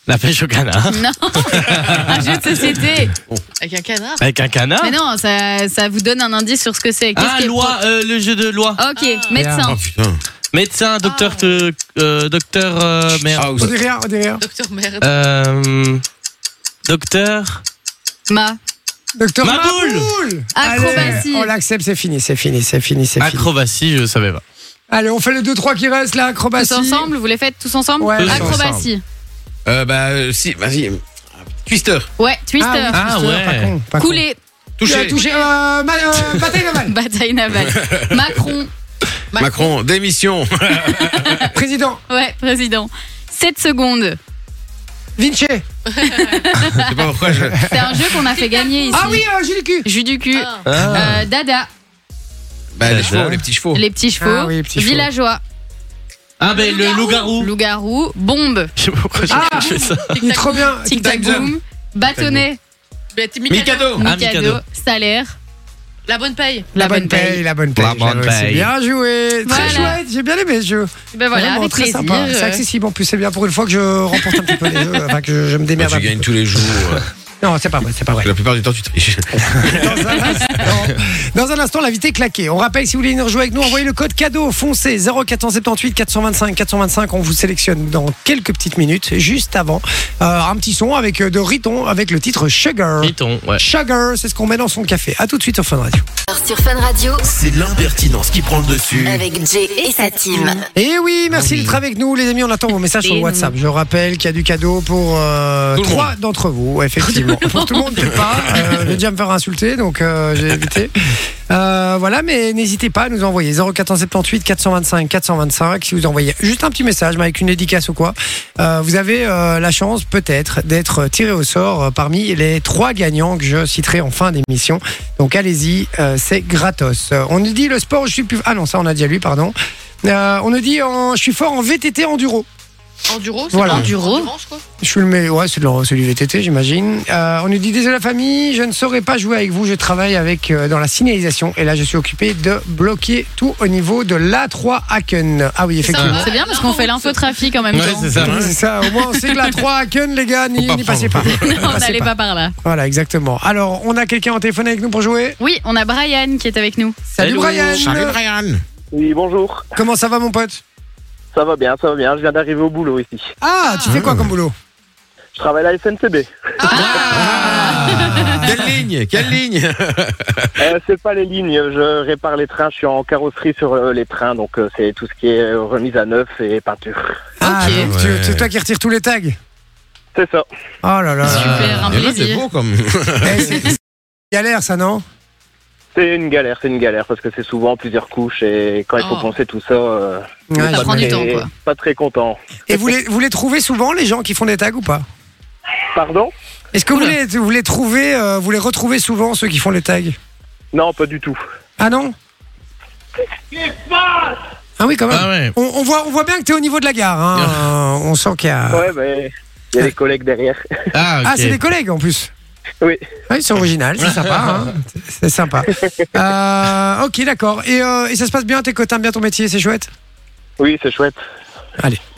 La pêche au canard.
Non. un jeu de société.
avec un canard.
Avec un canard.
Mais non, ça, ça vous donne un indice sur ce que c'est. Qu'est-ce
Ah,
qui est-
loi, euh, le jeu de loi.
Ah.
Ok, médecin.
Ah,
Ah.
Oh putain.
Médecin, docteur, te- euh, docteur, euh,
Ah,
merde.
House.
On dit rien, on dit rien.
Docteur Merde.
Euh, docteur.
Ma.
Docteur
Ma boule.
Maboule
Acrobatie.
Allez, On l'accepte, c'est fini, c'est fini, c'est fini, c'est fini.
Acrobatie, je savais pas.
Allez, on fait les 2-3 qui restent là,
Tous
acrobatie.
ensemble, vous les faites tous ensemble
Ouais, tous
Acrobatie.
Euh, bah euh, si, vas-y. Twister.
Ouais, Twister.
Ah, oui,
Ah,
Twister,
ouais.
pas con, pas con.
Couler.
Touché.
Euh, touché. Euh, ma- euh, bataille navale.
Bataille navale. Macron.
Macron. Démission.
Président.
Ouais, président. 7 secondes.
Vinci.
je sais pas pourquoi je.
C'est un jeu qu'on a fait gagner ici.
Ah oui, euh, j'ai le cul.
Jus du cul.
Ah.
Euh, dada.
Bah, les
Dada.
chevaux, les petits chevaux.
Les petits chevaux.
Ah oui, les petits chevaux.
Villageois.
Ah, ben le loup-garou.
Loup-garou. Bombe.
Je sais pas pourquoi j'ai
Ah.
fait ça.
Il est trop bien.
Tic-tac-boom. Bâtonnet.
Mais t'es Mikado.
Mikado.
Ah,
Mikado.
Mikado.
Salaire.
Ben, La bonne paye.
La bonne paye.
la bonne paye.
La bonne
j'avoue,
ben,
c'est
paye.
Bien joué, très
Voilà.
chouette. J'ai bien aimé ce jeu.
Eh
Ben voilà,
Vraiment
avec euh,
très
plaisir.
sympa. C'est accessible en plus. C'est bien pour une fois que je remporte un petit peu les jeux, euh, enfin que je, je me
Bah,
démerde.
tu
un petit
gagnes tous les jours.
peu. Non, c'est pas vrai, c'est pas vrai.
La plupart du temps, tu triches.
Dans un instant, dans un instant, l'invité claqué. On rappelle, si vous voulez venir jouer avec nous, envoyez le code cadeau foncé 0478 425 425. On vous sélectionne dans quelques petites minutes, juste avant. euh, un petit son avec euh, de Riton avec le titre Sugar.
Python, ouais.
Sugar, c'est ce qu'on met dans son café. À tout de suite sur Fun Radio.
Alors sur Fun Radio,
C'est l'impertinence qui prend le dessus.
avec Jay et sa team.
Et Eh oui, merci d'être avec nous, les amis. On attend vos messages sur
Et
le WhatsApp. Je rappelle qu'il y a du cadeau pour euh,
Tout le
trois d'entre vous, ouais, effectivement. pour tout le monde, peut-être pas. Euh, je vais déjà me faire insulter, donc euh, j'ai évité. Euh, voilà, mais n'hésitez pas à nous envoyer 0478 425 425. Si vous envoyez juste un petit message, mais avec une dédicace ou quoi, euh, vous avez euh, la chance peut-être d'être tiré au sort euh, parmi les trois gagnants que je citerai en fin d'émission. Donc allez-y, euh, c'est gratos. Euh, on nous dit le sport, je suis plus. Ah non, ça on a déjà lu, pardon. Euh, on nous dit en- je suis fort en VTT enduro.
Enduro, c'est
Voilà.
pas
Enduro.
Enduro, Ah, je crois.
Je suis le meilleur. Ouais, c'est de la- c'est du VTT, j'imagine. Euh, on nous dit désolé la famille, je ne saurais pas jouer avec vous. Je travaille avec euh, dans la signalisation et là je suis occupé de bloquer tout au niveau de l'A3 Haken. Ah oui,
ça,
effectivement.
ouais.
C'est bien parce qu'on fait l'infotrafic en même
Ouais,
temps.
c'est ça.
Oui, C'est ça, au moins on sait que la 3 Haken, les gars, n'y
Faut pas
n'y passez pas.
prendre.
N'y
On
passez
n'allait
pas.
pas par là.
Voilà, exactement. Alors, on a quelqu'un en téléphone avec nous pour jouer.
Oui, on a Brian qui est avec nous.
Salut
Hello.
Brian.
Salut, Brian.
Oui, bonjour.
Comment ça va mon pote
Ça va bien, ça va bien. Je viens d'arriver au boulot ici.
Ah, tu fais quoi comme boulot Ah.
Je travaille à la SNCB.
Quelle ligne Quelle ligne
Euh, c'est pas les lignes. Je répare les trains. Je suis en carrosserie sur euh, les trains, donc euh, c'est tout ce qui est euh, remise à neuf et peinture.
Ah,
Ok.
donc tu-
Ouais.
c'est toi qui retires tous les tags.
C'est ça.
Oh là là.
Super, un
Et là, C'est
plaisir.
beau comme.
Eh, c'est c'est galère ça, non
C'est une galère, c'est une galère parce que c'est souvent plusieurs couches et quand il faut
Oh.
poncer tout ça, euh,
Ouais,
Ça
pas,
prend
très,
du temps, quoi.
pas très content.
Et vous les, vous les trouvez souvent, les gens qui font des tags ou pas
Pardon
Est-ce que vous les, vous les trouvez, euh, vous les retrouvez souvent, ceux qui font les tags
Non, pas du tout.
Ah non Ah oui, quand même.
Ah ouais. Ah
On, on voit, on voit bien que t'es au niveau de la gare. hein. Euh, on sent qu'il y a.
Ouais, mais
Il y a les collègues derrière.
Ah, ok.
Ah, c'est des collègues en plus.
Oui.
Oui, c'est original, c'est sympa. hein. C'est- C'est sympa. Euh, ok, d'accord. Et, euh, et ça se passe bien, t'es- t'aimes bien ton métier, c'est chouette
Oui, c'est chouette.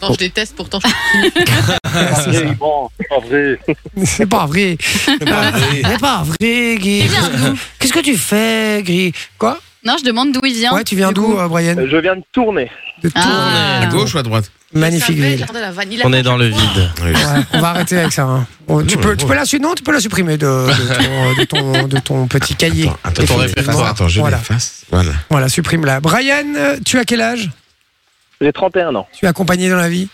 Non, je déteste pourtant. je-
Et bon, en vrai,
C'est pas vrai. C'est pas vrai, Guy.
Il vient d'où
Qu'est-ce que tu fais, Guy Quoi
Non, je demande d'où il vient.
Ouais, tu viens
du
d'où,
coup.
euh, Brian
je viens de tourner.
De
Ah.
À gauche ou à droite
Tours. Magnifique
Je savais,
ville.
genre de la vanille.
On est dans le vide.
Ouais, on va arrêter avec ça. hein. Bon, tu,
Non,
peux,
mais
tu
bon.
peux la su- non, tu peux la supprimer de, de ton, de ton- de ton petit cahier.
Attends, attends,
ton
je l'efface,
répertoire.
attends, je
Voilà.
l'efface. Voilà.
Voilà, supprime-la. Brian, euh, tu as quel âge
J'ai 31 ans.
Tu es accompagné dans la vie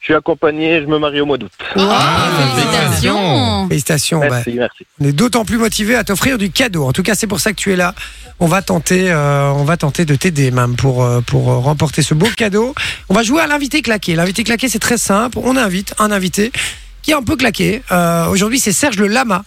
Je suis accompagné, je me marie au mois d'août.
Ah, félicitations.
Félicitations. bah,
Merci, merci.
on est d'autant plus motivé à t'offrir du cadeau. En tout cas, c'est pour ça que tu es là. On va tenter, euh, on va tenter de t'aider même pour, euh, pour euh, remporter ce beau cadeau. On va jouer à l'invité claqué. L'invité claqué, c'est très simple. On invite un invité qui est un peu claqué. Euh, Aujourd'hui, c'est Serge le Lama.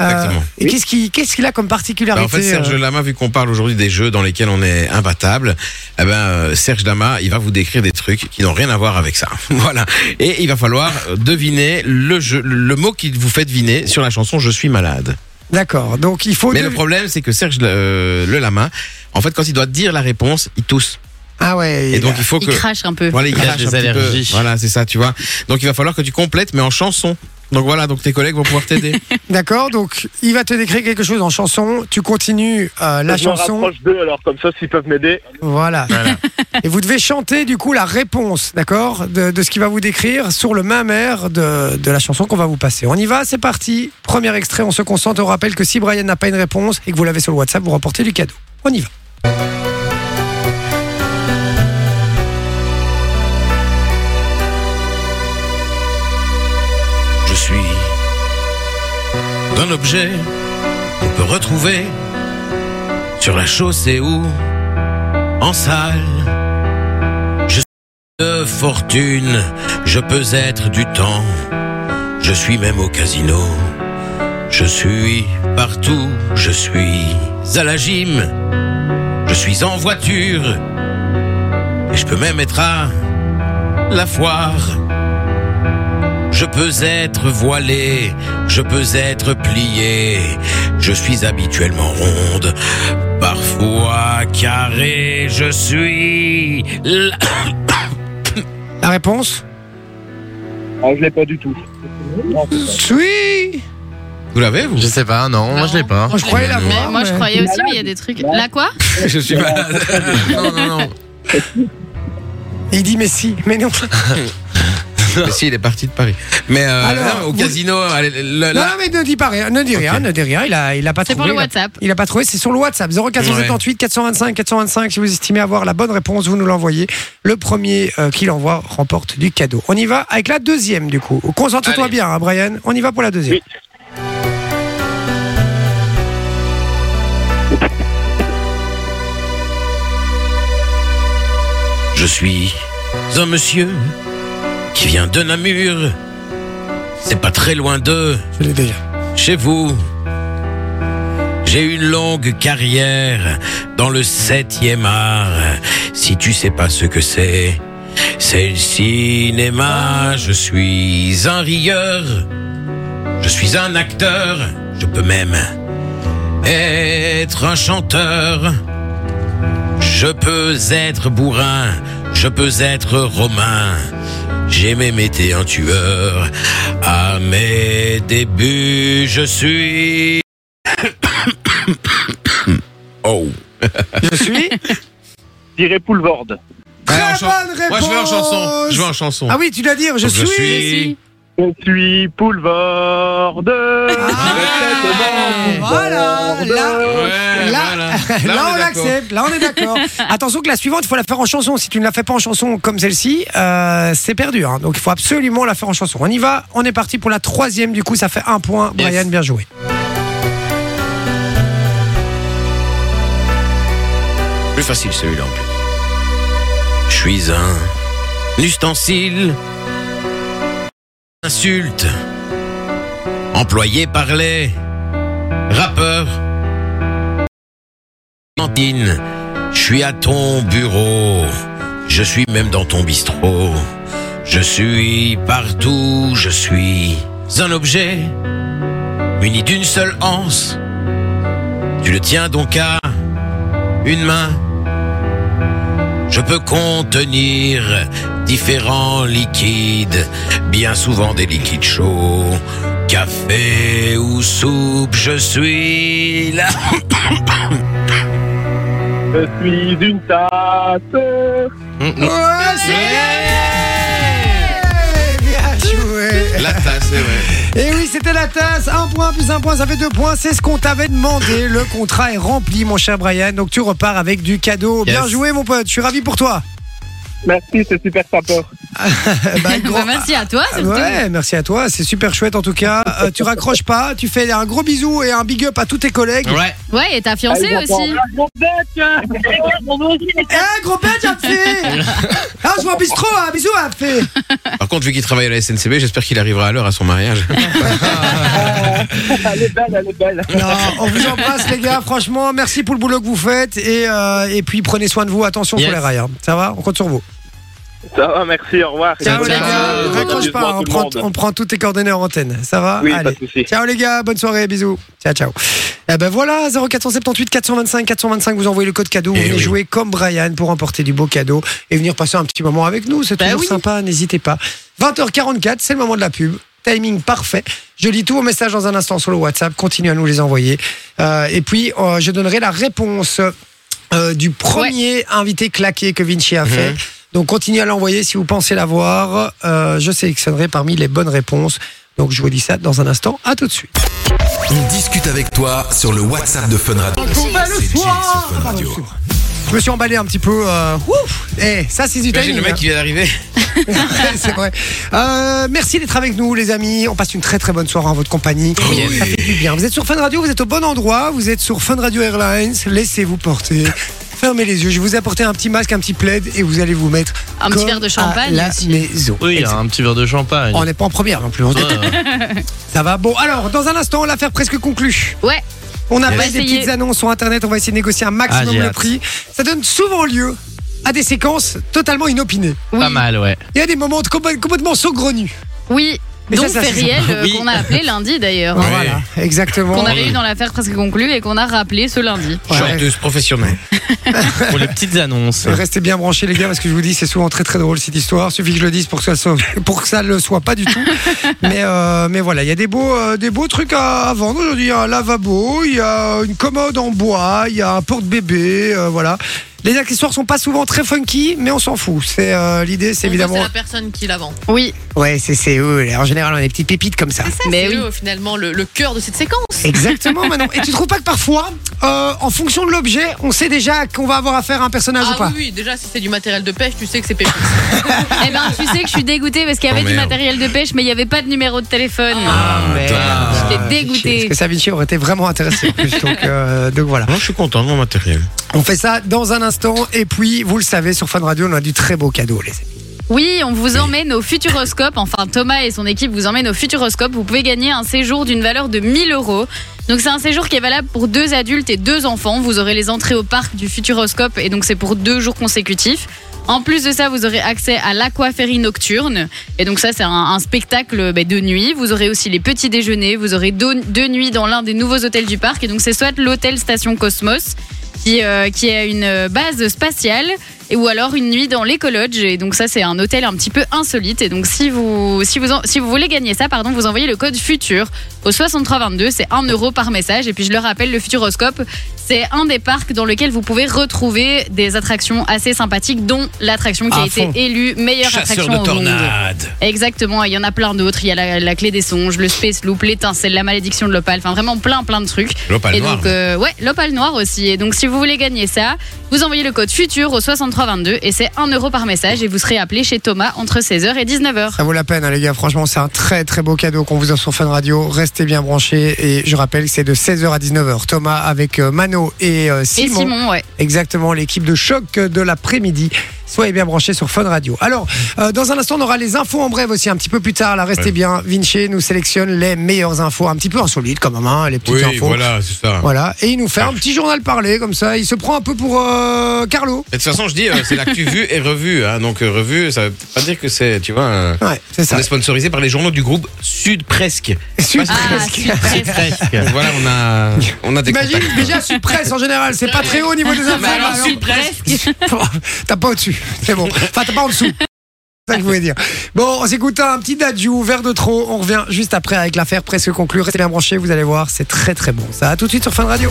Euh,
Exactement.
et qu'est-ce qu'il qu'est-ce qu'il a comme particularité
Bah, en fait, Serge
euh,
Lama, vu qu'on parle aujourd'hui des jeux dans lesquels on est imbattable, eh ben, euh, Serge Lama, il va vous décrire des trucs qui n'ont rien à voir avec ça. voilà. Et il va falloir euh, deviner le jeu, le- le mot qu'il vous fait deviner sur la chanson Je suis malade.
D'accord. Donc, il faut.
Mais
dev-
le problème, c'est que Serge euh, le Lama, en fait, quand il doit dire la réponse, il tousse.
Ah ouais.
Et
il
donc,
a-
il faut que.
Il crache un peu.
Voilà, il
crache
crache
des
un petit peu.
allergies.
Voilà, c'est ça, tu vois. Donc, il va falloir que tu complètes, mais en chanson. Donc voilà, donc tes collègues vont pouvoir t'aider.
D'accord. Donc, il va te décrire quelque chose en chanson. Tu continues euh, la
je me
chanson.
rapproche d'eux, alors comme ça, s'ils peuvent m'aider.
Voilà. Et vous devez chanter du coup la réponse, d'accord, de, de ce qu'il va vous décrire sur le même air de, de la chanson qu'on va vous passer. On y va, c'est parti. Premier extrait, on se concentre. On rappelle que si Brian n'a pas une réponse et que vous l'avez sur le WhatsApp, vous remportez du cadeau. On y va.
Je suis d'un objet qu'on peut retrouver sur la chaussée ou en salle. Je suis de fortune, je peux être du temps, je suis même au casino, je suis partout, je suis à la gym, je suis en voiture, et je peux même être à la foire. Je peux être voilé, je peux être plié, je suis habituellement ronde, parfois carré, je suis... la-
La réponse
Ah, je l'ai pas du tout.
Oui.
Vous l'avez, vous
Je sais pas, non, moi je l'ai pas.
Moi, je croyais la
Mais
voir.
moi, je
mais-
croyais aussi, mais il y a des trucs. Là, quoi
Je suis malade. non, non, non.
Il dit mais si, mais non.
Mais si, il est parti de Paris. Mais euh,
Alors,
non, au
vous-
casino, allez, le-
Non,
Euh, là-
non, mais ne dis pas rien, ne dis rien,
Ok.
ne dis rien. Il a, il a pas
C'est pour
trouvé.
le
il a-
WhatsApp.
Il n'a pas trouvé, c'est sur le WhatsApp 0478 425 425. Si vous estimez avoir la bonne réponse, vous nous l'envoyez. Le premier euh, qui l'envoie remporte du cadeau. On y va avec la deuxième du coup. Concentre-toi
Allez.
bien, hein, Brian. On y va pour la deuxième.
Oui.
Je suis un monsieur qui vient de Namur. C'est pas très loin de
Je l'ai déjà.
chez vous. J'ai une longue carrière dans le septième art. Si tu sais pas ce que c'est, c'est le cinéma. Je suis un rieur. Je suis un acteur. Je peux même être un chanteur. Je peux être bourrin. Je peux être romain. J'ai même été un tueur. À mes débuts, je suis. oh.
Je suis.
Tiré Poulvorde.
Très
Allez, en chan-
bonne réponse.
Moi, je veux en chanson. Je veux en chanson.
Ah oui, tu dois dire je,
Donc, je suis-
Je suis Poulvorde.
Ah,
Ouais.
voilà. Là,
Ouais,
là,
voilà.
là, on
est d'accord.
l'accepte. Là, on est d'accord. Attention que la suivante, il faut la faire en chanson. Si tu ne la fais pas en chanson comme celle-ci, euh, c'est perdu. hein. Donc, il faut absolument la faire en chanson. On y va. On est parti pour la troisième. Du coup, ça fait un point.
Yes.
Brian, bien joué.
Plus facile celui-là en plus. Je suis un ustensile. Insulte. Employé par les rappeurs. Cantine. Je suis à ton bureau. Je suis même dans ton bistrot. Je suis partout, je suis un objet muni d'une seule anse. Tu le tiens donc à une main. Je peux contenir différents liquides, bien souvent des liquides chauds, café ou soupe. Je suis là.
Je suis une tasse.
Hum, Bien joué.
La tasse, c'est vrai.
Et oui, c'était la tasse. Un point plus un point, ça fait deux points. C'est ce qu'on t'avait demandé. Le contrat est rempli, mon cher Brian. Donc tu repars avec du cadeau. Bien
Yes.
joué, mon pote. Je suis ravi pour toi.
Merci, c'est super sympa.
Eh ben,
Bah,
grand-
merci à toi, surtout.
Ouais, merci à toi. C'est super chouette en tout cas. Euh, tu raccroches pas. Tu fais un gros bisou et un big up à tous tes collègues.
Ouais.
Ouais, et ta fiancée aussi.
hein.
Eh, gros bête, Abfé Ah, je m'en bistrot, hein. Bisous, Abfé
Par contre, vu qu'il travaille à la SNCB, j'espère qu'il arrivera à l'heure à son mariage.
Elle est belle, elle est belle.
Non, on vous embrasse, les gars. Franchement, merci pour le boulot que vous faites. Et, euh, et puis, prenez soin de vous. Attention
Yes.
sur les rails. hein. Ça va On compte sur vous.
Ça va, merci, au revoir.
Ciao, les
Ciao.
gars.
Bon
Raccroche
amusement
pas. hein.
à
On
tout le
prend,
monde.
on prend toutes tes coordonnées en antenne. Ça va
Oui, pas
Allez.
de souci.
Ciao les gars, bonne soirée, bisous. Ciao, ciao. Eh ben voilà, 0478 425 425, vous envoyez le code cadeau, vous
Eh
venez jouer comme Brian pour emporter du beau cadeau et venir passer un petit moment avec nous, c'est
Bah
toujours
oui.
sympa, n'hésitez pas. 20h44, c'est le moment de la pub. Timing parfait. Je lis tous vos messages dans un instant sur le WhatsApp. Continuez à nous les envoyer. Euh, et puis, euh, je donnerai la réponse euh, du premier invité claqué que Vinci a
Mhm.
fait. Donc, continuez à l'envoyer si vous pensez l'avoir. Euh, je sélectionnerai parmi les bonnes réponses. Donc, je vous dis ça dans un instant. À tout de suite.
On discute avec toi sur le WhatsApp de Fun Radio. C'est Jay sur Fun Radio.
Je me suis emballé un petit peu. euh, ouf Eh, ça c'est du
Imagine
timing.
le mec qui vient d'arriver.
hein. c'est vrai. Euh, merci d'être avec nous, les amis. On passe une très très bonne soirée en votre compagnie. Ça fait du bien. Vous êtes sur Fun Radio, vous êtes au bon endroit. Vous êtes sur Fun Radio Airlines. Laissez-vous porter. Fermez les yeux. Je vais vous apporter un petit masque, un petit plaid, et vous allez vous mettre
Un petit
comme
verre de champagne
à la
aussi.
maison.
Oui,
Exact.
un petit verre de champagne.
On n'est pas en première non plus. on-
Ouais.
Ça va. Bon, alors dans un instant, l'affaire presque conclue.
Ouais,
On a
Yes.
pas des
Essayez.
petites annonces sur Internet, on va essayer de négocier un
Ah,
maximum
j'ai
le
hâte.
prix. Ça donne souvent lieu à des séquences totalement inopinées.
Pas
Oui.
mal, ouais.
Il y a des moments de compa- complètement saugrenus.
oui.
Mais ça,
Dont
ça, c'est
Feriel,
sympa.
euh,
Oui.
qu'on a appelé lundi d'ailleurs.
Voilà, exactement.
Qu'on avait eu dans l'affaire presque conclue et qu'on a rappelé ce lundi.
Ouais.
Chanteuse professionnelle.
Pour les petites annonces.
Restez bien branchés les gars parce que je vous dis c'est souvent très très drôle cette histoire. Suffit que je le dise pour que ça soit, pour que ça le soit pas du tout. mais euh, mais voilà, il y a des beaux euh, des beaux trucs à, à vendre aujourd'hui. Il y a un lavabo, il y a une commode en bois, il y a un porte bébé, voilà. Les accessoires sont pas souvent très funky, mais on s'en fout. C'est euh, l'idée, c'est
On voit,
évidemment.
C'est la personne qui la vend.
Oui,
Ouais, c'est c'est oui, En général, on a des petites pépites comme ça.
mais
C'est
oui.
eux, finalement le, le cœur de cette séquence.
Exactement, maintenant. Et tu trouves pas que parfois, euh, en fonction de l'objet, on sait déjà qu'on va avoir affaire à un personnage ou
Ah
pas
oui, oui, déjà si c'est du matériel de pêche, tu sais que c'est pépite.
Eh ben, tu sais que je suis dégoûtée parce qu'il y avait
Oh,
du
merde.
matériel de pêche, mais il n'y avait pas de numéro de téléphone. Ah,
Ah.
J'étais dégoûtée.
Parce que Savinci aurait été vraiment intéressé en plus. Donc, euh, donc voilà.
Moi, je suis content de mon matériel.
On fait ça dans un instant. Et puis, vous le savez, sur Fun Radio, on a du très beau cadeau, les amis.
Oui, on vous emmène au Futuroscope. Enfin, Thomas et son équipe vous emmènent au Futuroscope. Vous pouvez gagner un séjour d'une valeur de 1000 euros. Donc, c'est un séjour qui est valable pour deux adultes et deux enfants. Vous aurez les entrées au parc du Futuroscope et donc c'est pour deux jours consécutifs. En plus de ça, vous aurez accès à l'aquaférie nocturne. Et donc ça, c'est un, un spectacle ben, de nuit. Vous aurez aussi les petits déjeuners. Vous aurez deux, deux nuits dans l'un des nouveaux hôtels du parc. Et donc c'est soit l'hôtel Station Cosmos, qui, euh, qui est une euh, base spatiale, et ou alors une nuit dans l'Ecolodge. Et donc ça, c'est un hôtel un petit peu insolite. Et donc si vous, si vous, en- si vous voulez gagner ça, pardon, vous envoyez le code FUTUR au 6322. C'est 1 euro par message. Et puis je le rappelle, le Futuroscope, c'est un des parcs dans lequel vous pouvez retrouver des attractions assez sympathiques, dont l'attraction qui
À
a été
fond.
élue meilleure
Chasseur
attraction
de
au monde.
tornades.
Exactement, et il y en a plein d'autres. Il y a la, la clé des songes, le space loop, l'étincelle, la malédiction de l'opale, enfin vraiment plein plein de trucs.
L'opale
et
noire.
donc, euh, ouais, l'opale noire aussi. Et donc, si vous voulez gagner ça, vous envoyez le code FUTUR au 6322 et c'est 1 euro par message et vous serez appelé chez Thomas entre 16h et 19h.
Ça vaut la peine, hein, les gars. Franchement, c'est un très très beau cadeau qu'on vous offre sur Fun Radio. Restez bien branchés. Et je rappelle que c'est de 16h à 19h. Thomas avec euh, Mano et, euh,
Et Simon, ouais.
Exactement, l'équipe de choc de l'après-midi. Soyez bien branchés sur Fun Radio. Alors, euh, dans un instant, on aura les infos en bref aussi un petit peu plus tard. Là, restez bien. Vinci nous sélectionne les meilleures infos, un petit peu insolites quand même, hein, les petites
Oui,
infos.
voilà, c'est ça. Ah.
Voilà. Et il nous fait un petit journal parlé comme ça. Il se prend un peu pour euh, Carlo.
Mais De toute façon, je dis, euh, c'est l'actu vue et revue. hein. donc, euh, revue, ça veut pas dire que c'est, tu vois, euh,
Ouais, c'est ça.
on est sponsorisé par les journaux du groupe Sud Presque.
Sud
Ah,
Ah,
Presse.
c'est presque.
Presque.
Donc, voilà, on a, on a des
T'imagines
contacts. hein.
déjà Sud Presse en général, c'est pas très haut au niveau des infos.
alors, Sud
T'as pas au-dessus, c'est bon. Enfin, t'as pas en dessous. C'est ça que je voulais dire. Bon, on s'écoute un petit Dadju, verre de trop. On revient juste après avec l'affaire presque conclue. Restez bien branchés, vous allez voir, c'est très très bon. Ça, à tout de suite sur Fun Radio.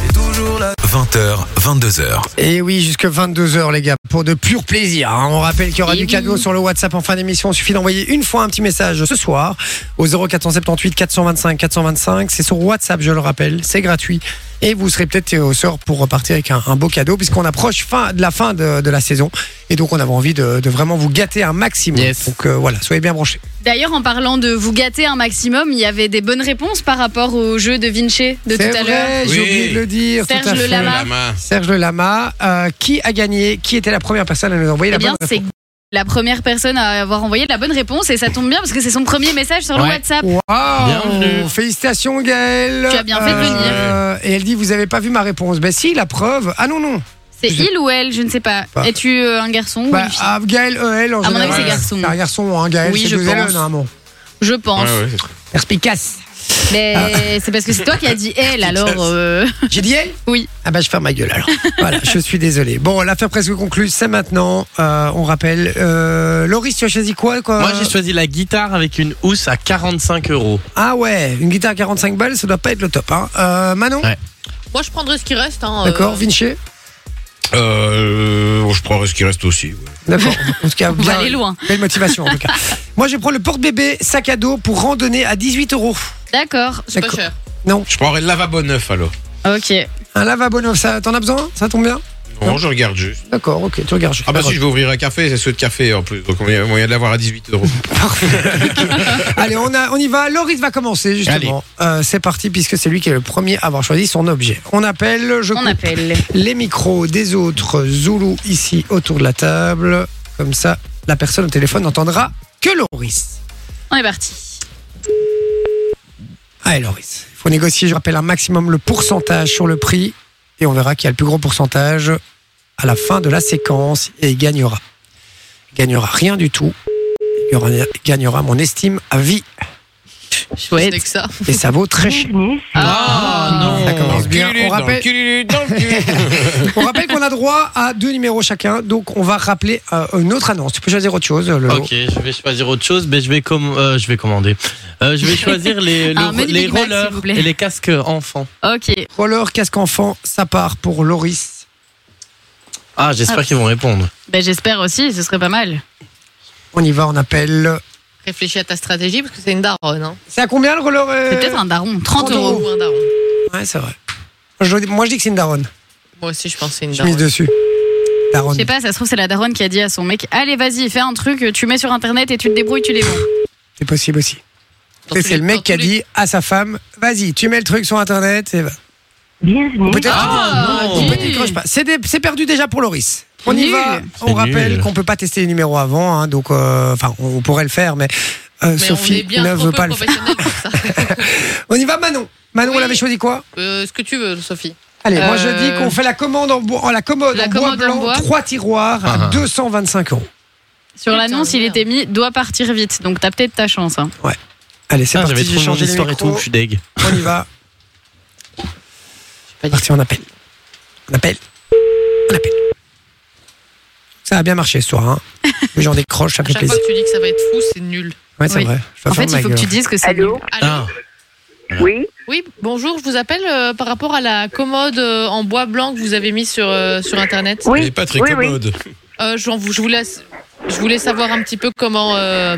20h, 22h.
Et oui, jusque 22h, les gars, pour de purs plaisirs. hein. On rappelle qu'il y aura
Et
du
oui.
cadeau sur le WhatsApp en fin d'émission. Il suffit d'envoyer une fois un petit message ce soir au 0478 425 425. C'est sur WhatsApp, je le rappelle. C'est gratuit. Et vous serez peut-être au sort pour repartir avec un, un beau cadeau, puisqu'on approche fin, de la fin de, de la saison. Et donc, on avait envie de, de vraiment vous gâter un maximum.
Yes.
Donc, euh, voilà, soyez bien branchés.
D'ailleurs, en parlant de vous gâter un maximum, il y avait des bonnes réponses par rapport au jeu de Vinci de tout
C'est
à l'heure.
vrai, j'ai
Oui.
oublié de le dire. tout
Serge
à
Le
fait.
Lama.
Lama.
Serge Le Lama. Euh, qui a gagné Qui était la première personne à nous envoyer
Eh
la
bien,
bonne réponse
c'est la première personne à avoir envoyé la bonne réponse et ça tombe bien parce que c'est son premier message sur le
Ouais.
WhatsApp.
Wow
Bienvenue.
Félicitations Gaëlle Euh,
Tu as bien fait de
Et elle dit, vous avez pas vu ma réponse. Ben si, la preuve. Ah non, non.
C'est il ou elle, je ne sais pas.
Bah.
Es-tu euh, un garçon ou
Bah,
une fille
ah, Gaël, EL en
À mon
général.
avis, c'est garçon.
un garçon, hein, Gaël,
Oui,
c'est
je
deux LE,
pense.
normalement.
Je pense.
Ouais, ouais, c'est ça.
Perspicace. Ah.
Mais c'est parce que c'est toi qui as dit elle, alors. euh,
J'ai dit elle
Oui.
Ah bah je ferme ma gueule alors. voilà, je suis désolé. Bon, l'affaire presque conclue, c'est maintenant. Euh, on rappelle. Euh, Loris, tu as choisi quoi, quoi
Moi, j'ai choisi la guitare avec une housse à 45 euros.
Ah ouais, une guitare à 45 balles, ça doit pas être le top. Hein. Euh, Manon
Ouais.
Moi, je prendrais ce qui reste. hein,
D'accord,
euh,
Vinci
Euh, je prendrai ce qui reste aussi. ouais.
D'accord. En tout cas,
On
bien-
va aller loin.
Belle motivation en tout cas. Moi je prends le porte-bébé sac à dos pour randonner à 18 euros.
D'accord.
C'est pas
D'accord.
cher.
Non,
Je prendrai le lavabo neuf alors.
Ok.
un lavabo neuf, ça t'en as besoin Ça tombe bien
Non, je regarde juste.
D'accord, ok, tu regardes. je-
Ah bah si, je vais ouvrir un café, c'est ceux de café en plus. Donc il y a moyen de l'avoir à 18 euros.
Allez, on, a, on y va. Loris va commencer justement. Euh, c'est parti puisque c'est lui qui est le premier à avoir choisi son objet. On appelle, je
On
coupe
appelle.
les micros des autres Zoulous ici autour de la table. Comme ça, la personne au téléphone n'entendra que Loris.
On est parti.
Allez Loris, il faut négocier, je rappelle, un maximum le pourcentage sur le prix et on verra qui a le plus gros pourcentage à la fin de la séquence et il gagnera. Il gagnera rien du tout. Il gagnera- il gagnera mon estime à vie
C'est que ça.
et ça vaut très cher.
Ah,
Ça commence bien.
Cululu,
On
dans le
rappelle,
cululu, dans le cululu.
on rappelle qu'on a droit à deux numéros chacun, donc on va rappeler euh, une autre annonce. Tu peux choisir autre chose, Lolo.
Ok, je vais choisir autre chose, mais je vais com- euh, je vais commander. Euh, je vais choisir les, le-
Un menu
les
Big Mac,
rollers
s'il vous plaît.
et les casques enfants.
Ok.
Roller, casque enfant, ça part pour Loris.
Ah, j'espère qu'ils vont répondre.
Ben, J'espère aussi, ce serait pas mal.
On y va, on appelle.
Réfléchis à ta stratégie parce que c'est une daronne. Hein.
C'est à combien le roller euh
C'est peut-être un daron. 30 euros.
Ou un daron.
Ouais, c'est vrai. Je- moi, je dis que c'est une daronne.
Moi aussi, je pense que c'est une
Je mise
daronne.
dessus.
Je
Daronne.
sais pas, ça se trouve, c'est la daronne qui a dit à son mec Allez, vas-y, fais un truc, tu mets sur internet et tu te débrouilles, tu les vends.
C'est possible aussi.
Dans
Et
tous
C'est
les-
le
dans
mec qui a
tous les-
dit à sa femme Vas-y, tu mets le truc sur internet. Et... va. Peut-être
Ah,
qu'il-
non.
peut-être qu'il décroche pas. C'est des- c'est perdu déjà pour Loris. On y
Nul.
va.
C'est
On rappelle
nul.
qu'on peut pas tester les numéros avant, hein, donc euh, enfin on pourrait le faire, mais, euh,
Mais on est
Sophie
bien
ne
trop
veut
peu
pas le faire.
professionnels pour ça.
On y va, Manon. Manon,
Oui.
elle avait choisi quoi
Euh, ce que tu veux, Sophie.
Allez, moi je
Euh,
dis qu'on fait la commande en, bois- en- la commode
la
en
commode
bois
en
blanc,
bois.
trois tiroirs à
Ah, ah.
225 euros.
Sur
Putain,
l'annonce, il
merde.
était mis Doit partir vite, donc t'as peut-être ta chance. hein.
Allez, c'est
Ah, j'avais
parti.
trop
J'ai
mon
changé les
histoire et tout,
micros.
je suis deg.
On y va.
pas dit.
Parti, on appelle. On appelle. On appelle. Ça a bien marché ce soir. Hein. Les gens décrochent, ça
À
fait
chaque
plaisir.
fois que tu dis que ça va être fou, c'est nul.
Ouais, c'est
Oui.
vrai. Je vais
En fait,
faire ma
il faut que
gueule.
tu dises que c'est.
Allô
Ah.
Alors,
Oui,
oui, bonjour, je vous appelle euh, par rapport à la commode euh, en bois blanc que vous avez mis sur, euh, sur Internet.
oui.
Il est pas très
oui, oui.
commode.
Euh, je, je voulais, je voulais savoir un petit peu comment, euh,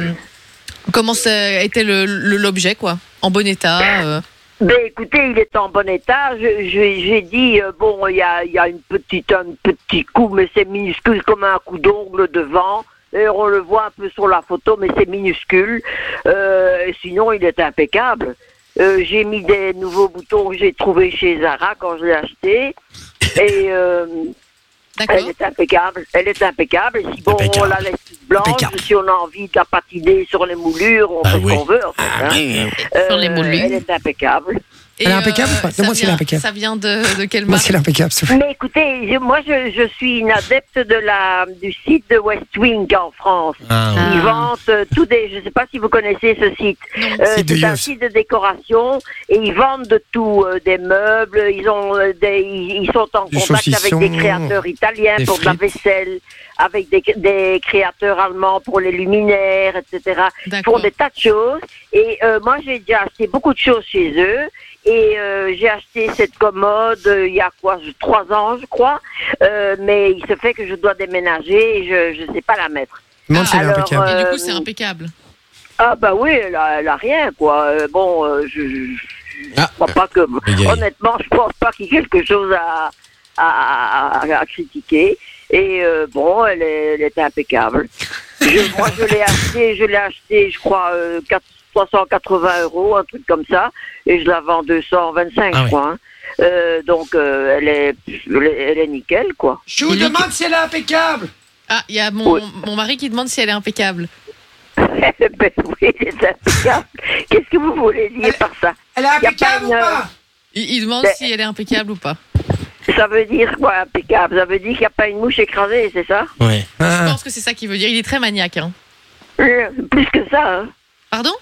comment ça était le- le- l'objet, quoi. En bon état. euh.
Ben écoutez, il est en bon état. Je- je- J'ai dit, euh, bon, il y a, il y a une petite, un petit coup, mais c'est minuscule comme un coup d'ongle devant. Et on le voit un peu sur la photo, mais c'est minuscule. Euh, sinon, il est impeccable. Euh, j'ai mis des nouveaux boutons que j'ai trouvés chez Zara quand je l'ai acheté. Et euh, Elle est impeccable. Elle est impeccable. Et si bon, on la laisse toute blanche,
Impeccable.
si on a envie de la patiner sur les moulures, on fait ce qu'on veut. En fait, hein. Euh,
Sur les moulures.
Elle est impeccable.
Elle est
euh,
impeccable ou pas Non, Moi, c'est impeccable.
Ça vient de, de quelle
Moi,
marque
c'est impeccable. c'est vrai.
Mais écoutez, je- moi je, je suis une adepte de la du site de West Wing en France.
Ah, oui.
Ils
Ah.
vendent euh, tout des. Je ne sais pas si vous connaissez ce site. Euh,
Site de
c'est un
Yoff.
site de décoration et ils vendent de tout, euh, des meubles. Ils ont euh, des, ils, ils sont en
Du
contact avec
saucisson,
des créateurs italiens
des
pour de la
frites.
vaisselle, avec des, des créateurs allemands pour les luminaires, etc. Ils font des tas de choses. Et euh, moi j'ai déjà acheté beaucoup de choses chez eux. Et euh, j'ai acheté cette commode euh, il y a quoi je- Trois ans, je crois. Euh, mais il se fait que je dois déménager et je ne sais pas la mettre.
Non, c'est
Alors,
impeccable.
Et du
euh,
coup, c'est impeccable.
Ah bah oui, elle a, elle a rien quoi. Euh, bon, euh, je, je, je
Ah.
crois pas que honnêtement, je pense pas qu'il y ait quelque chose à à, à- à critiquer. Et euh, bon, elle est, elle est impeccable. Je- moi, je l'ai acheté, je l'ai acheté, je crois euh, 4 380 euros, un truc comme ça, et je la vends 225,
Ah
je crois. hein. Euh, donc, euh, elle, est, elle est, elle est nickel, quoi.
Je vous demande si elle est impeccable.
Ah, il y a mon,
Oui.
mon mari qui demande si elle est impeccable.
ben oui, elle est impeccable. Qu'est-ce que vous voulez dire par ça
Elle est
impeccable ou pas
Il, il demande
Ben-
si elle est impeccable ou pas.
Ça veut dire quoi, impeccable Ça veut dire qu'il n'y a pas une mouche écrasée, c'est ça
Ouais.
Ah.
Je pense que c'est ça qu'il veut dire. Il est très maniaque. Hein.
Euh, Plus que ça, hein.
Pardon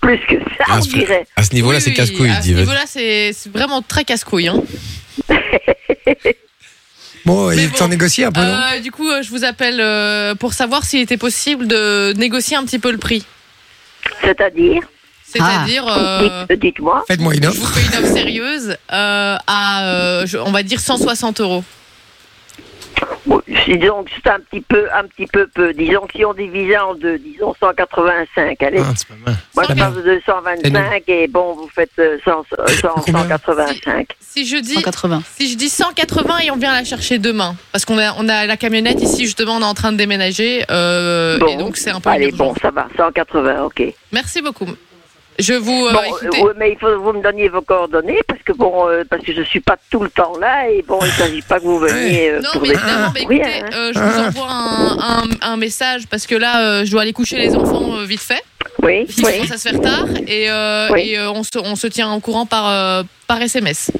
Plus que ça,
Ah,
on
c'est-
dirait.
À ce niveau-là,
Oui,
c'est
oui,
casse-couille,
À ce
dit.
niveau-là, c'est c'est vraiment très casse-couille. Hein.
Bon, il t'en négocie
Ah
un peu, non
Euh, du coup, euh, je vous appelle euh, pour savoir s'il était possible de négocier un petit peu le prix.
C'est-à-dire Ah.
C'est-à-dire, euh,
Dites- Dites-moi.
Faites-moi une
je vous
offre.
fais une offre sérieuse euh, à, euh, je- on va dire, 160 euros.
Bon, disons que c'est un petit peu, un petit peu peu. Disons que si on divisait en deux, disons 185, allez.
Ah,
Moi, je parle de 225 et bon, vous faites euh, 100, euh, 100, 185.
Si je dis 180. Si je dis 180 et on vient la chercher demain, parce qu'on a, on a la camionnette ici justement, on est en train de déménager euh, et donc c'est un peu. une
Allez,
urgence.
bon, ça va, 180, ok.
Merci beaucoup. Je vous. euh,
Bon,
écoutez-
euh, oui, mais il faut que vous me donniez vos coordonnées parce que bon, euh, parce que je suis pas tout le temps là et bon, il s'agit pas que vous veniez euh,
Non,
pour
mais
des
évidemment, mais
pour rien,
écoutez,
hein.
euh, je vous envoie un, un- un message parce que là, euh, je dois aller coucher les enfants euh, vite fait.
Oui.
Il commence à se faire tard et, euh,
Oui.
et, euh, on, se, on se tient au courant par, euh, par SMS.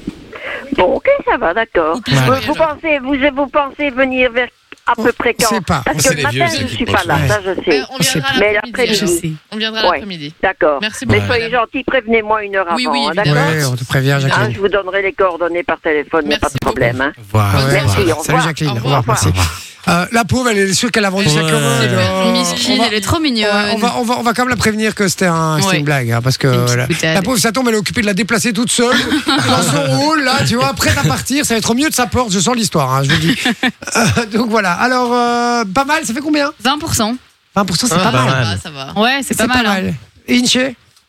Bon, ok, ça va, d'accord.
Voilà.
Vous- Vous, pensez, vous, vous pensez venir vers à peu près quand
sait pas. On
Parce
sait
que le
les
matin,
vieux, c'est
je ne
qui
suis
le
pas
pensent.
là,
Ouais.
ça je sais.
Euh, on viendra
Mais
l'après-midi.
l'après-midi.
On viendra
Ouais.
l'après-midi.
D'accord.
Merci
Mais
beaucoup,
soyez
madame.
gentils, prévenez-moi une heure
Oui, oui,
avant, hein,
évidemment.
d'accord
Ouais, on te prévient,
Hein,
Jacqueline.
Je vous donnerai les coordonnées par téléphone, il n'y a pas de problème. hein.
Ah ouais,
Merci,
ouais.
au
Salut
revoir.
Jacqueline,
Au
au revoir, merci. Euh, la pauvre, elle est sûre qu'elle a vendu sa
Ouais.
commande. Oh.
Miskine, elle est trop mignonne.
Ouais, on, va, on, va, on va quand même la prévenir que c'était un, c'était
Ouais.
une blague, hein, parce que la,
boutade.
la pauvre, ça tombe, elle est occupée de la déplacer toute seule dans son hall, là, tu vois, prête à partir, ça va être au mieux de sa porte, je sens l'histoire, hein, je vous le dis. Euh, donc voilà, alors, euh, pas mal, ça fait combien
20%.
20%, c'est
Ah,
pas,
pas
mal.
mal.
Ah, ça va.
Ouais, c'est pas, mal. hein.
Inche,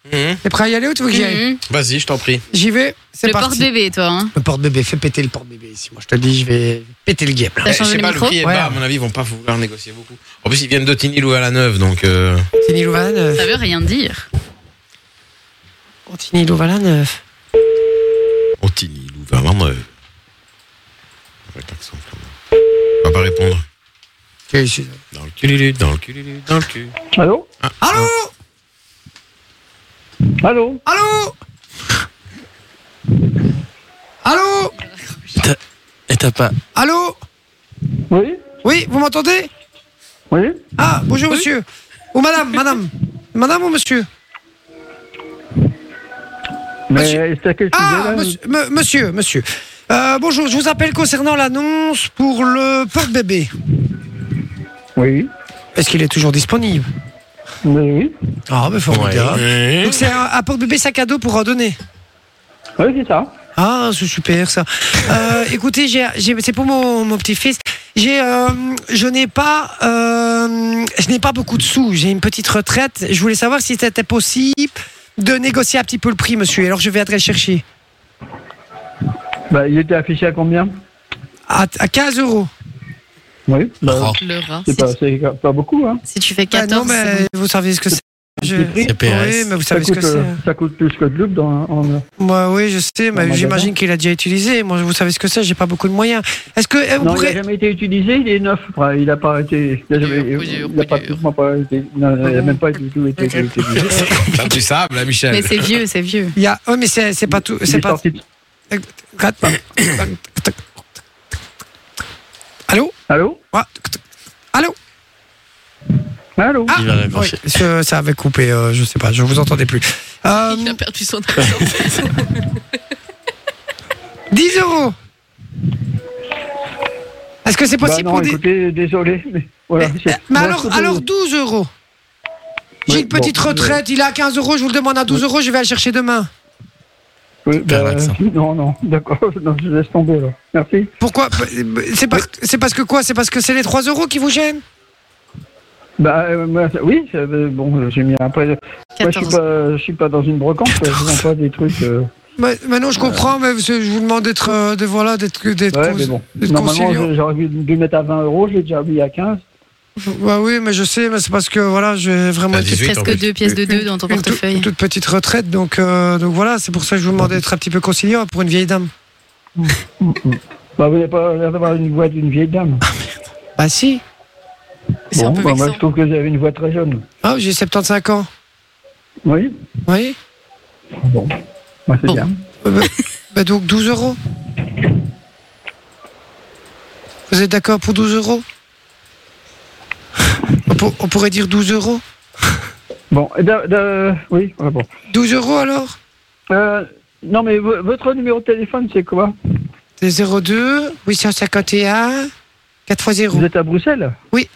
t'es prêt à y aller ou tu veux que j'y aille
Mhm.
Vas-y, je t'en prie.
J'y vais, c'est
Le
parti.
porte-bébé, toi. Hein.
Le porte-bébé, fais péter le porte-bébé ici, moi je te le dis, je vais péter le game. là.
T'as
Eh, Je
changé
sais
le
pas, le
micro
prix est
Ouais.
bas, à mon avis, ils vont pas vouloir négocier beaucoup. En plus, ils viennent de Tinil ou à la Neuve, donc. euh,
Tini Louvain, euh,
Ça veut rien dire.
Tini Louvain, la neuf.
Au Tinil ou vers la Neuve. Avec l'accent flamand. On va pas répondre.
Ok, je-
Dans le cul, dans le cul, dans le cul.
Allô
Allô
Allô
Allô Allô
Et t'as pas.
Allô
Oui
Oui, vous m'entendez
Oui
Ah, bonjour monsieur. Ou madame, madame. Madame ou monsieur
Mais c'est à quel sujet
Ah,
là
monsieur, me- monsieur. monsieur. Euh, bonjour, je vous appelle concernant l'annonce pour le porte-bébé.
Oui.
Est-ce qu'il est toujours disponible
Mais oui.
Ah, mais formidable.
Ouais.
Donc c'est un, un porte-bébé sac à dos pour redonner
Oui, c'est ça.
Ah, c'est super ça. Euh, écoutez, j'ai, j'ai- c'est pour mon, mon petit-fils. J'ai, euh, je n'ai pas, euh, je n'ai pas beaucoup de sous. J'ai une petite retraite. Je voulais savoir si c'était possible de négocier un petit peu le prix, monsieur. Alors je vais aller chercher
Bah, il était affiché à combien
à, à 15 euros.
Oui. Bah,
Le rat.
Oh.
c'est pas, c'est pas beaucoup, hein
Si tu fais
Bah,
14,
non, mais vous savez ce que c'est. J'ai- Oui, mais vous savez ce
ça
que
coûte,
c'est.
euh, Ça coûte plus que le double dans, en- euh,
Bah oui, je sais,
Dans
mais
le
j'imagine
magasin.
qu'il a déjà utilisé. Moi, vous savez ce que c'est, j'ai pas beaucoup de moyens. Est-ce que eh, vous
Non, il
pourrez-
n'a jamais été utilisé, il est neuf. Enfin, il n'a pas été. Il n'a jamais- il n'a pratiquement pas été. Non, il n'a même pas du tout été. été- été-
T'as du sable, là, Michel.
Mais c'est vieux, c'est vieux.
Il y a, ouais, mais c'est c'est pas tout,
Il
c'est
est
pas.
sorti
Allô
Allô
Allô
Allô
ah, oui, ce- ça avait coupé, euh, je sais pas, je vous entendais plus. Euh,
Il a perdu son argent.
10 euros Est-ce que c'est possible
bah non,
pour des-
écoutez, désolé, mais voilà. c'est-
Mais
moi,
alors,
je trouve-
alors 12 euros. J'ai
Oui,
une petite
bon,
retraite, il est à 15 euros, je vous le demande à 12 euros, je vais le chercher demain.
Oui, bah, non, non, d'accord, non, je laisse tomber là. Merci.
Pourquoi Bah, C'est par- c'est parce que quoi C'est parce que c'est les 3 euros qui vous gênent
Bah, euh, moi, ça- oui, ça- euh, bon, j'ai mis après. Moi, je suis
14.
pas, je suis pas dans une brocante, je vends pas des trucs. euh,
Mais- mais non, Bah, je comprends, mais c'est- je vous demande d'être euh, de voilà, d'être d'être
ouais,
cons-
mais bon.
d'être
Normalement,
conciliant.
je- j'aurais dû dû mettre à 20 euros, j'ai déjà mis à 15.
Bah oui, mais je sais, mais c'est parce que voilà, j'ai vraiment
T'as
été
18 Presque en plus. deux pièces de deux dans ton
Une toute-
portefeuille.
Une toute petite retraite, donc euh, donc voilà, c'est pour ça que je vous demandais d'être un petit peu conciliant pour une vieille dame.
Mm, Bah, vous n'avez pas l'air d'avoir une voix d'une vieille dame.
Bah si.
Bon, bah, moi, je trouve que vous avez une voix très jeune.
Ah, j'ai 75 ans.
Oui
Oui.
Bon, bah, c'est bien.
Euh, bah, bah, donc 12 euros. Vous êtes d'accord pour 12 euros on, pour- on pourrait dire 12 euros.
Bon, et d'a- d'a- oui, ouais, bon.
12 euros alors
Euh, non, mais vo- votre numéro de téléphone, c'est quoi
C'est 02 851 4x0.
Vous êtes à Bruxelles
Oui.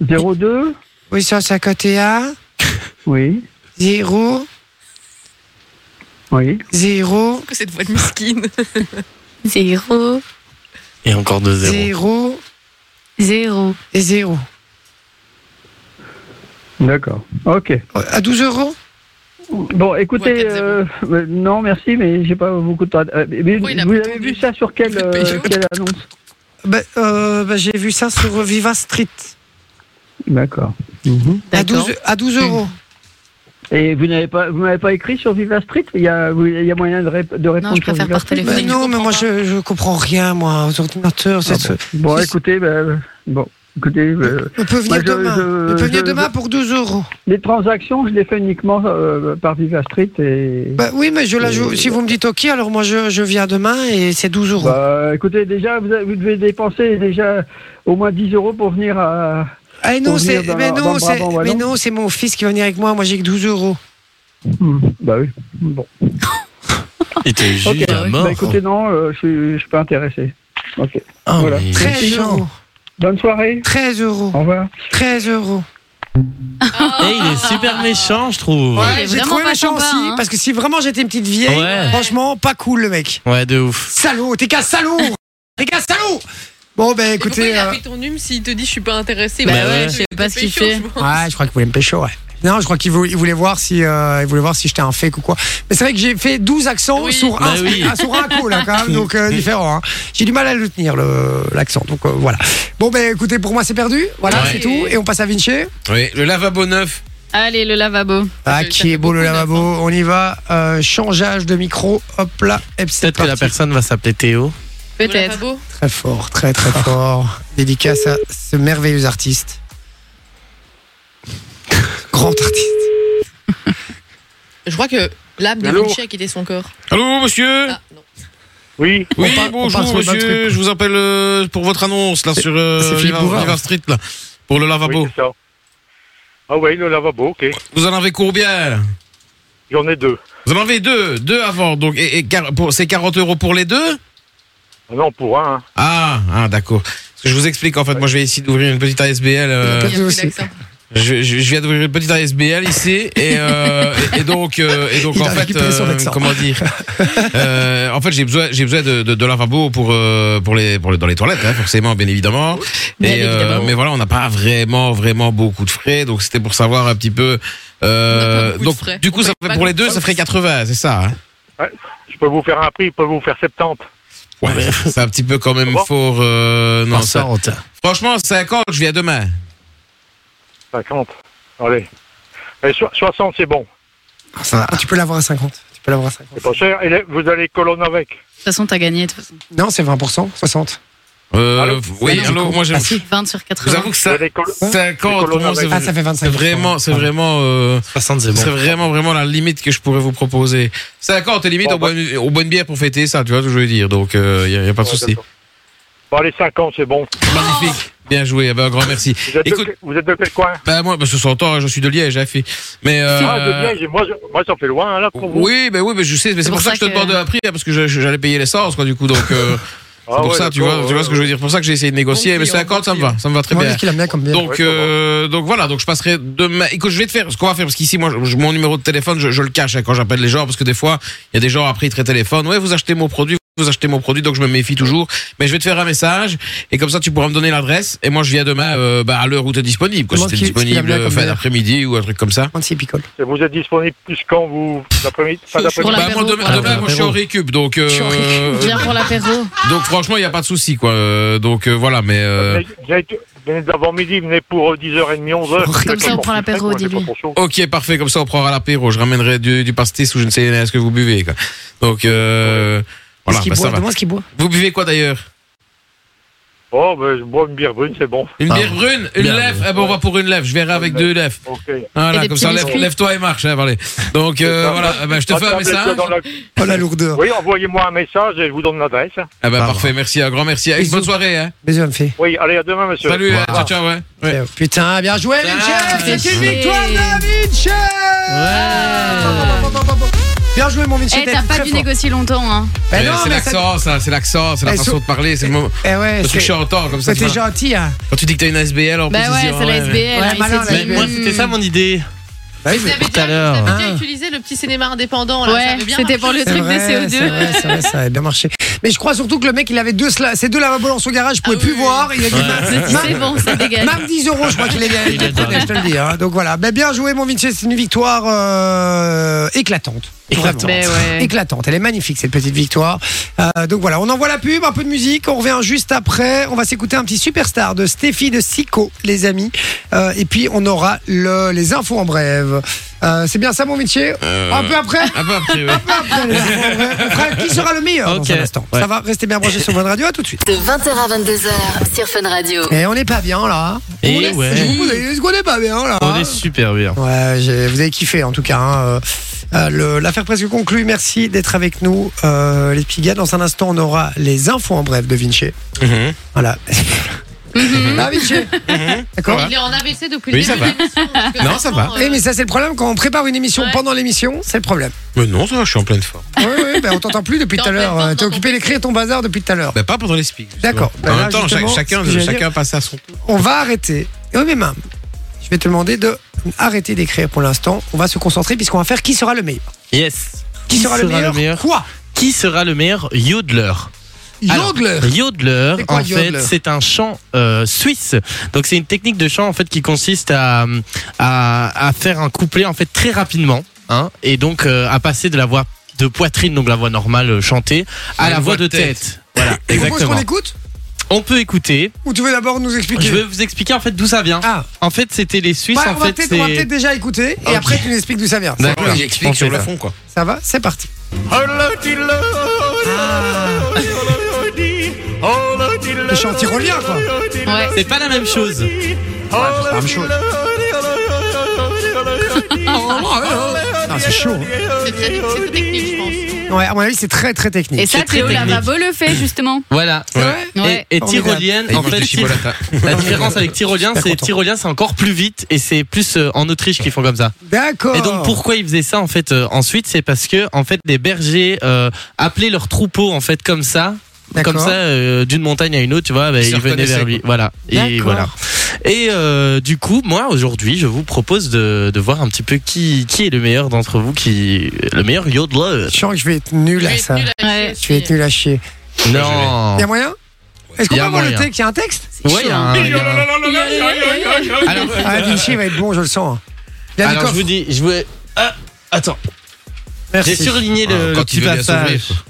02
851
Oui.
0
Oui.
0
Cette voix de miskine.
0,
Et encore deux zéros.
Oh. 0.
0 et 0.
D'accord. Ok.
À 12 euros
Bon, écoutez, euh, euh, non, merci, mais j'ai pas beaucoup de temps. Euh, mais vous avez vu ça sur quelle, euh, quelle annonce
bah, euh, bah, J'ai vu ça sur euh, Viva Street.
D'accord. Mhm.
À 12, à 12 euros.
Et vous n'avez pas, vous m'avez pas écrit sur Viva Street Il y a, vous- il y a moyen de, rép- de répondre sur Viva Street
Mais Bah, non, mais moi je, je comprends rien, moi, aux ordinateurs. c'est-
Ah Bon, écoutez, ben, bon, écoutez. euh,
On peut venir
moi, je-
demain.
je-
On peut venir
je-
demain pour 12 euros.
Les transactions, je les fais uniquement euh, par Viva Street et.
Bah oui, mais je la
et-
joue. Si vous me dites OK, alors moi je, je viens demain et c'est 12 euros.
Bah, écoutez, déjà, vous, avez- vous devez dépenser déjà au moins 10 euros pour venir à.
Ah, non,
pour venir
c'est-
dans-
mais
dans
non,
le
c'est-
Brabant
mais
wallon.
non, c'est mon fils qui va venir avec moi. Moi j'ai que 12 euros.
Hmm, Bah oui. Bon.
Et t'es
Ok.
juste à mort.
Bah, écoutez, non, euh, je suis- je suis pas intéressé. Ok.
Ah,
voilà.
mais-
13 euros.
Bonne soirée.
13 euros.
Au revoir.
13 euros.
Oh.
Eh, il est super méchant, je trouve.
Ouais,
Ouais,
j'ai
vraiment
trouvé
pas
la chance
sympa,
si,
hein.
parce que si vraiment j'étais une petite vieille,
Ouais.
franchement, pas cool le mec.
de ouf.
Salaud, t'es qu'un salaud T'es qu'un salaud Bon, ben
Écoutez,
écoutez.
il a
euh,
pris ton hume s'il te dit je suis pas intéressé.
Bah
bah
ouais.
je sais
pas ce qu'il fait.
Ouais, je crois qu'il voulait me pécho, ouais. Non, je crois qu'il voulait, il voulait voir si euh, il voulait voir si j'étais un fake ou quoi. Mais c'est vrai que j'ai fait 12 accents sur,
Bah
un,
oui.
sur un coup là quand même, donc euh, différent. hein. J'ai du mal à le tenir le- l'accent, donc euh, voilà. Bon ben écoutez, pour moi c'est perdu, voilà
Ouais.
c'est tout, et on passe à Vinci.
Oui, le lavabo neuf.
Allez, le lavabo.
Ah qui est beau le lavabo, on y va. Euh, changeage de micro, hop là, et c'est
Peut-être que la
parti.
personne va s'appeler Théo. Ah.
Peut-être.
Très fort, très très fort. Dédicace à ce merveilleux artiste. Grand artiste.
Je crois que l'âme de
Allô
Vinci a quitté son corps.
Allô, monsieur
Ah, non.
Oui.
Oui,
On parle- on parle
bonjour,
sur le bon
monsieur.
truc.
Je vous appelle euh, pour votre annonce, là, sur euh,
c'est Philippe
River-
Bouvard.
River Street, là, pour le lavabo.
Oui, c'est ça. Ah oui, le lavabo, ok.
Vous en avez combien
J'en ai deux.
Vous en avez deux, deux avant. Donc, et, et car- pour- c'est 40 euros pour les deux
Ah Non, pour un. hein.
Ah, ah, d'accord. Parce que je vous explique, en fait, moi, je vais essayer d'ouvrir une petite ASBL. euh,
Il y a
Il a
Toi
plus
aussi.
d'accent.
je, je- je viens d'ouvrir une petite ASBL ici, et, euh, et, et donc, euh, et donc
Il
en
a
fait,
récupéré son accent.
comment dire Euh, En fait, j'ai besoin, j'ai besoin de, de, de lavabo pour, euh, pour les, pour les, dans les toilettes, hein, forcément, bien évidemment.
Bien
Et, euh,
évidemment.
mais voilà, on n'a pas vraiment, vraiment beaucoup de frais, donc c'était pour savoir un petit peu.
On n'a pas
Euh,
beaucoup de
donc,
frais.
du coup,
On
ça
paye
fait
pas
pour les
beaucoup de
deux, ça
frais.
ferait 80, c'est ça hein
Je peux vous faire un prix, je peux vous faire 70.
Ouais, c'est un petit peu quand même
Bon.
fort. euh, non, ça-
60.
Franchement, 50, je viens demain.
50. Allez. Et so- 60, c'est bon.
Tu peux l'avoir à 50. Tu peux l'avoir à 50.
C'est pas cher. Et là, vous allez colonne avec.
De toute façon, t'as gagné. De toute façon.
Non, c'est 20%, 60.
Euh, oui, allô, moi j'ai.
20 sur
Je
80.
vous avoue que ça, 50, pour moi, c'est
Ah, ça fait 25%.
c'est vraiment, c'est vraiment, euh,
c'est
c'est vraiment, vraiment la limite que je pourrais vous proposer. 50 est limite
Bon, bah.
aux, bonnes, aux bonnes bières pour fêter ça, tu vois ce que je veux dire. Donc, il n'y a, pas de
Ouais,
souci.
d'accord. Bon, allez, 50, c'est bon.
Magnifique. Bien joué, eh ben, un grand merci.
Vous êtes,
Écoute,
de, vous êtes de quel coin
ben, moi, ben, ce soir, je suis de Liège, j'ai fait. Mais, euh,
Ah, de Liège. Et Moi, je- moi, ça fait loin, hein, là, pour vous.
oui, ben oui, ben, je sais, mais c'est pour, ça que je te demande un prix, hein, parce que je- je- j'allais payer l'essence, quoi, du coup, donc, euh, c'est
Ah
pour
ouais,
ça, tu
d'accord,
vois, tu
ouais,
vois ce que je veux dire. C'est pour ça que j'ai essayé de négocier,
Bon
mais
client,
50, ça me
bon
va, ça me va très
Moi,
bien.
ce qu'il aime bien comme bière.
Donc, euh, donc voilà, donc je passerai demain. Écoute, je vais te faire ce qu'on va faire parce qu'ici, moi, je- mon numéro de téléphone, je, je le cache hein, quand j'appelle les gens parce que des fois, il y a des gens après ils te téléphonent. Ouais, vous achetez mon produit, vous achetez mon produit, donc je me méfie toujours. Mais je vais te faire un message et comme ça, tu pourras me donner l'adresse et moi, je viens demain euh, bah, à l'heure où t'es disponible. Quoi, si
Comment
t'es
qu'il- qu'il
disponible
y a bien
euh,
comme
fin
heure
d'après-midi ou un truc comme ça.
Quand il picole.
Et Vous êtes disponible plus quand vous l'après-midi fin
Bah,
d'après-midi
moi, demain,
quoi.
demain, moi, je suis en récup, donc euh,
Viens pour l'apéro.
donc franchement, il n'y a pas de souci, quoi. Euh, Donc euh, voilà, mais euh,
Venez- Venez venez d'avant midi, venez pour euh, 10h30, 11h.
Comme ça, on prend l'apéro au début.
Ok, parfait. Comme ça, on prendra l'apéro. Je ramènerai du, du pastis ou je ne sais rien ce que vous buvez. Quoi. Donc, euh, voilà,
ce qu'il
bah, ça
boit
va.
Demande ce qu'il boit.
Vous buvez quoi d'ailleurs
Oh, ben, je bois une bière brune, c'est bon.
Une
Ah,
bière brune Une
bien,
lèvre Eh ben, on va pour une lèvre. Je verrai avec
Une
deux lèvres.
Ok.
Voilà,
des
comme
petits
ça, lève-
biscuits.
lève-toi et marche. hein, allez. Donc, euh, voilà, eh ben, je te fais un
Attendez,
message.
Ah, dans la-
Oh la lourdeur.
Oui, envoyez-moi un message et je vous donne l'adresse. hein.
Eh ben,
Pardon.
parfait, merci. Un grand merci. Et
Bisous.
bonne soirée. Hein.
Bisous, me fait.
Oui, allez, à demain, monsieur.
Salut.
Ouais.
hein. Ciao, ciao. Ouais. Ouais.
Putain, ah, bien joué, Vinci C'est une
Ouais.
victoire de Vinci Bien joué, mon Vinci
Eh,
t'as
t'as
été
pas
très
dû
fort.
négocier longtemps, hein.
Ben
Eh,
non,
c'est
mais ça-
l'accent, ça. C'est l'accent. C'est la
Eh,
façon
sou-
de parler. C'est le moment.
Eh ouais,
Parce que
c'est-
je suis en retard, comme ça.
c'était
tu vois.
gentil, hein.
Quand tu dis que t'as une SBL, en plus,
Bah
ils
ouais,
disent,
c'est la
ouais.
SBL.
Ouais,
hein, il
malin,
s'est
la
dit,
SBL.
Moi,
hmm.
c'était ça mon idée.
Bah oui,
Vous
mais-
avez
tout à
déjà,
l'heure.
hein.
vous avez déjà
Ah.
utilisé le petit cinéma indépendant. Là, ça
Ouais,
avait bien
c'était
marché.
pour le
C'est
truc
vrai,
des
c'est
CO2.
vrai, c'est vrai, ça a bien marché. Mais je crois surtout que le mec, il avait deux, sla- ces deux lavabos dans son garage, je pouvais
Ah
plus
oui, oui.
voir. Il a dit,
C'est-
Mar-
C'est bon, ça dégage.
Marc 10 euros, je crois qu'il est bien.
Il est
je te le dis. hein. Donc voilà. Ben, bien joué, mon Vinci. C'est une victoire euh, éclatante.
Éclatante.
Vraiment.
Mais ouais.
Éclatante. Elle est magnifique, cette petite victoire. Euh, donc voilà, on envoie la pub, un peu de musique. On revient juste après. On va s'écouter un petit superstar de Stéphie de Sico, les amis. Euh, et puis, on aura le- les infos en brève. Euh, C'est bien ça, mon Vinci
Euh,
Un peu après
Un peu après, ouais.
après, les infos en brève. On fera Euh, qui sera le meilleur
Ok.
dans un instant.
Ouais.
Ça va, restez bien branchés sur Bonne Radio, à tout de suite.
De 20h à 22h sur Fun Radio.
Et on n'est pas bien là.
Eh
Et
on
ouais.
Est-ce qu'on n'est pas bien là hein.
On est super bien.
Ouais, j'ai- vous avez kiffé en tout cas. hein, euh, euh, le- L'affaire presque conclue. Merci d'être avec nous, euh, les petits gars. Dans un instant, on aura les infos en bref de Vinci.
Mhm.
Voilà.
Mm.
Ah, Vinci D'accord
Il est en AVC depuis
Oui,
le
ça
début.
va.
de l'émission, parce que
Non, ça
franchement,
Eh,
euh,
mais ça, c'est le problème. Quand on prépare une émission
Ouais.
pendant l'émission, c'est le problème.
Mais non, ça va, je suis en pleine forme.
Oui, oui, ben, on t'entend plus depuis
Non,
tout à
mais
l'heure.
pendant
Euh, T'es
ton
occupé d'écrire ton bazar depuis tout à l'heure.
Bah, pas pendant les speaks. justement.
D'accord. Bah,
en
là,
même temps,
justement,
chaque- chacun,
ce que j'allais
chacun passe à son tour.
On va arrêter. Et oui, mais même, je vais te demander de arrêter d'écrire pour l'instant. On va se concentrer puisqu'on va faire qui sera le meilleur.
Yes.
Qui, sera, le meilleur, Quoi
Qui sera le meilleur yodeler Alors,
Jongler
Yodeler,
C'est
en
quoi,
fait,
yodeler
c'est un chant euh, suisse. Donc c'est une technique de chant en fait qui consiste à à, à faire un couplet en fait très rapidement, hein, et donc euh, à passer de la voix de poitrine, donc la voix normale euh, chantée, à
À
la
une
voix de
voix de
tête. Voilà,
Tu proposes qu'on
exactement.
écoute
On peut écouter.
Ou tu veux d'abord nous expliquer
Je vais vous expliquer en fait d'où ça vient.
Ah,
En fait, c'était les Suisses.
bah,
en
on va
fait,
peut-être
c'est-
on va peut-être déjà écouter et
Ok.
après tu nous expliques d'où ça vient. Ça
D'accord,
va
il explique sur le fond, quoi.
Ça va C'est parti.
Ah.
Le chant tyrolien quoi.
Ouais.
C'est pas la même chose.
C'est la même chose. Ah, c'est chaud. hein.
C'est très- c'est très technique, je pense.
Ouais, à mon avis, c'est très très technique.
Et ça,
C'est très
Théo
technique.
Lavabo le fait, justement.
Voilà.
C'est vrai
Et-
Ouais.
Et,
Formidable.
tyrolienne,
Et
en
il mange
fait,
des chipolatas.
la différence avec tyrolien,
Super
c'est
content.
tyrolien, c'est encore plus vite et c'est plus euh, en Autriche qu'ils font comme ça.
D'accord.
Et donc pourquoi ils faisaient ça en fait euh, ensuite, c'est parce que en fait les bergers euh, appelaient leurs troupeaux en fait comme ça.
D'accord.
Comme ça, euh, d'une montagne à une autre, tu vois, bah,
Ils
ils,
se
venaient vers
reconnaissaient,
lui. Voilà. Et
D'accord.
voilà. Et euh, du coup, moi aujourd'hui, je vous propose de, de voir un petit peu qui qui est le meilleur d'entre vous, qui le meilleur yodeler.
Je sens que je vais être nul à
Je vais
ça.
être nulle à
Ouais.
chier,
Je vais être nul à chier.
Non.
Il y a moyen Est-ce qu'on
Oh. Y
peut
a
avoir le
moyen.
texte Il y a un texte
Ouais, il y a un- il y a un- Alors,
Ah, Vinci va être bon, je le sens. hein. Il a du
alors, je
coffre.
vous dis, je vous. Ah, attends. J'ai
Merci.
surligné le,
Ah,
le
quand
petit
il veut bien
passage.
s'ouvrir, quoi.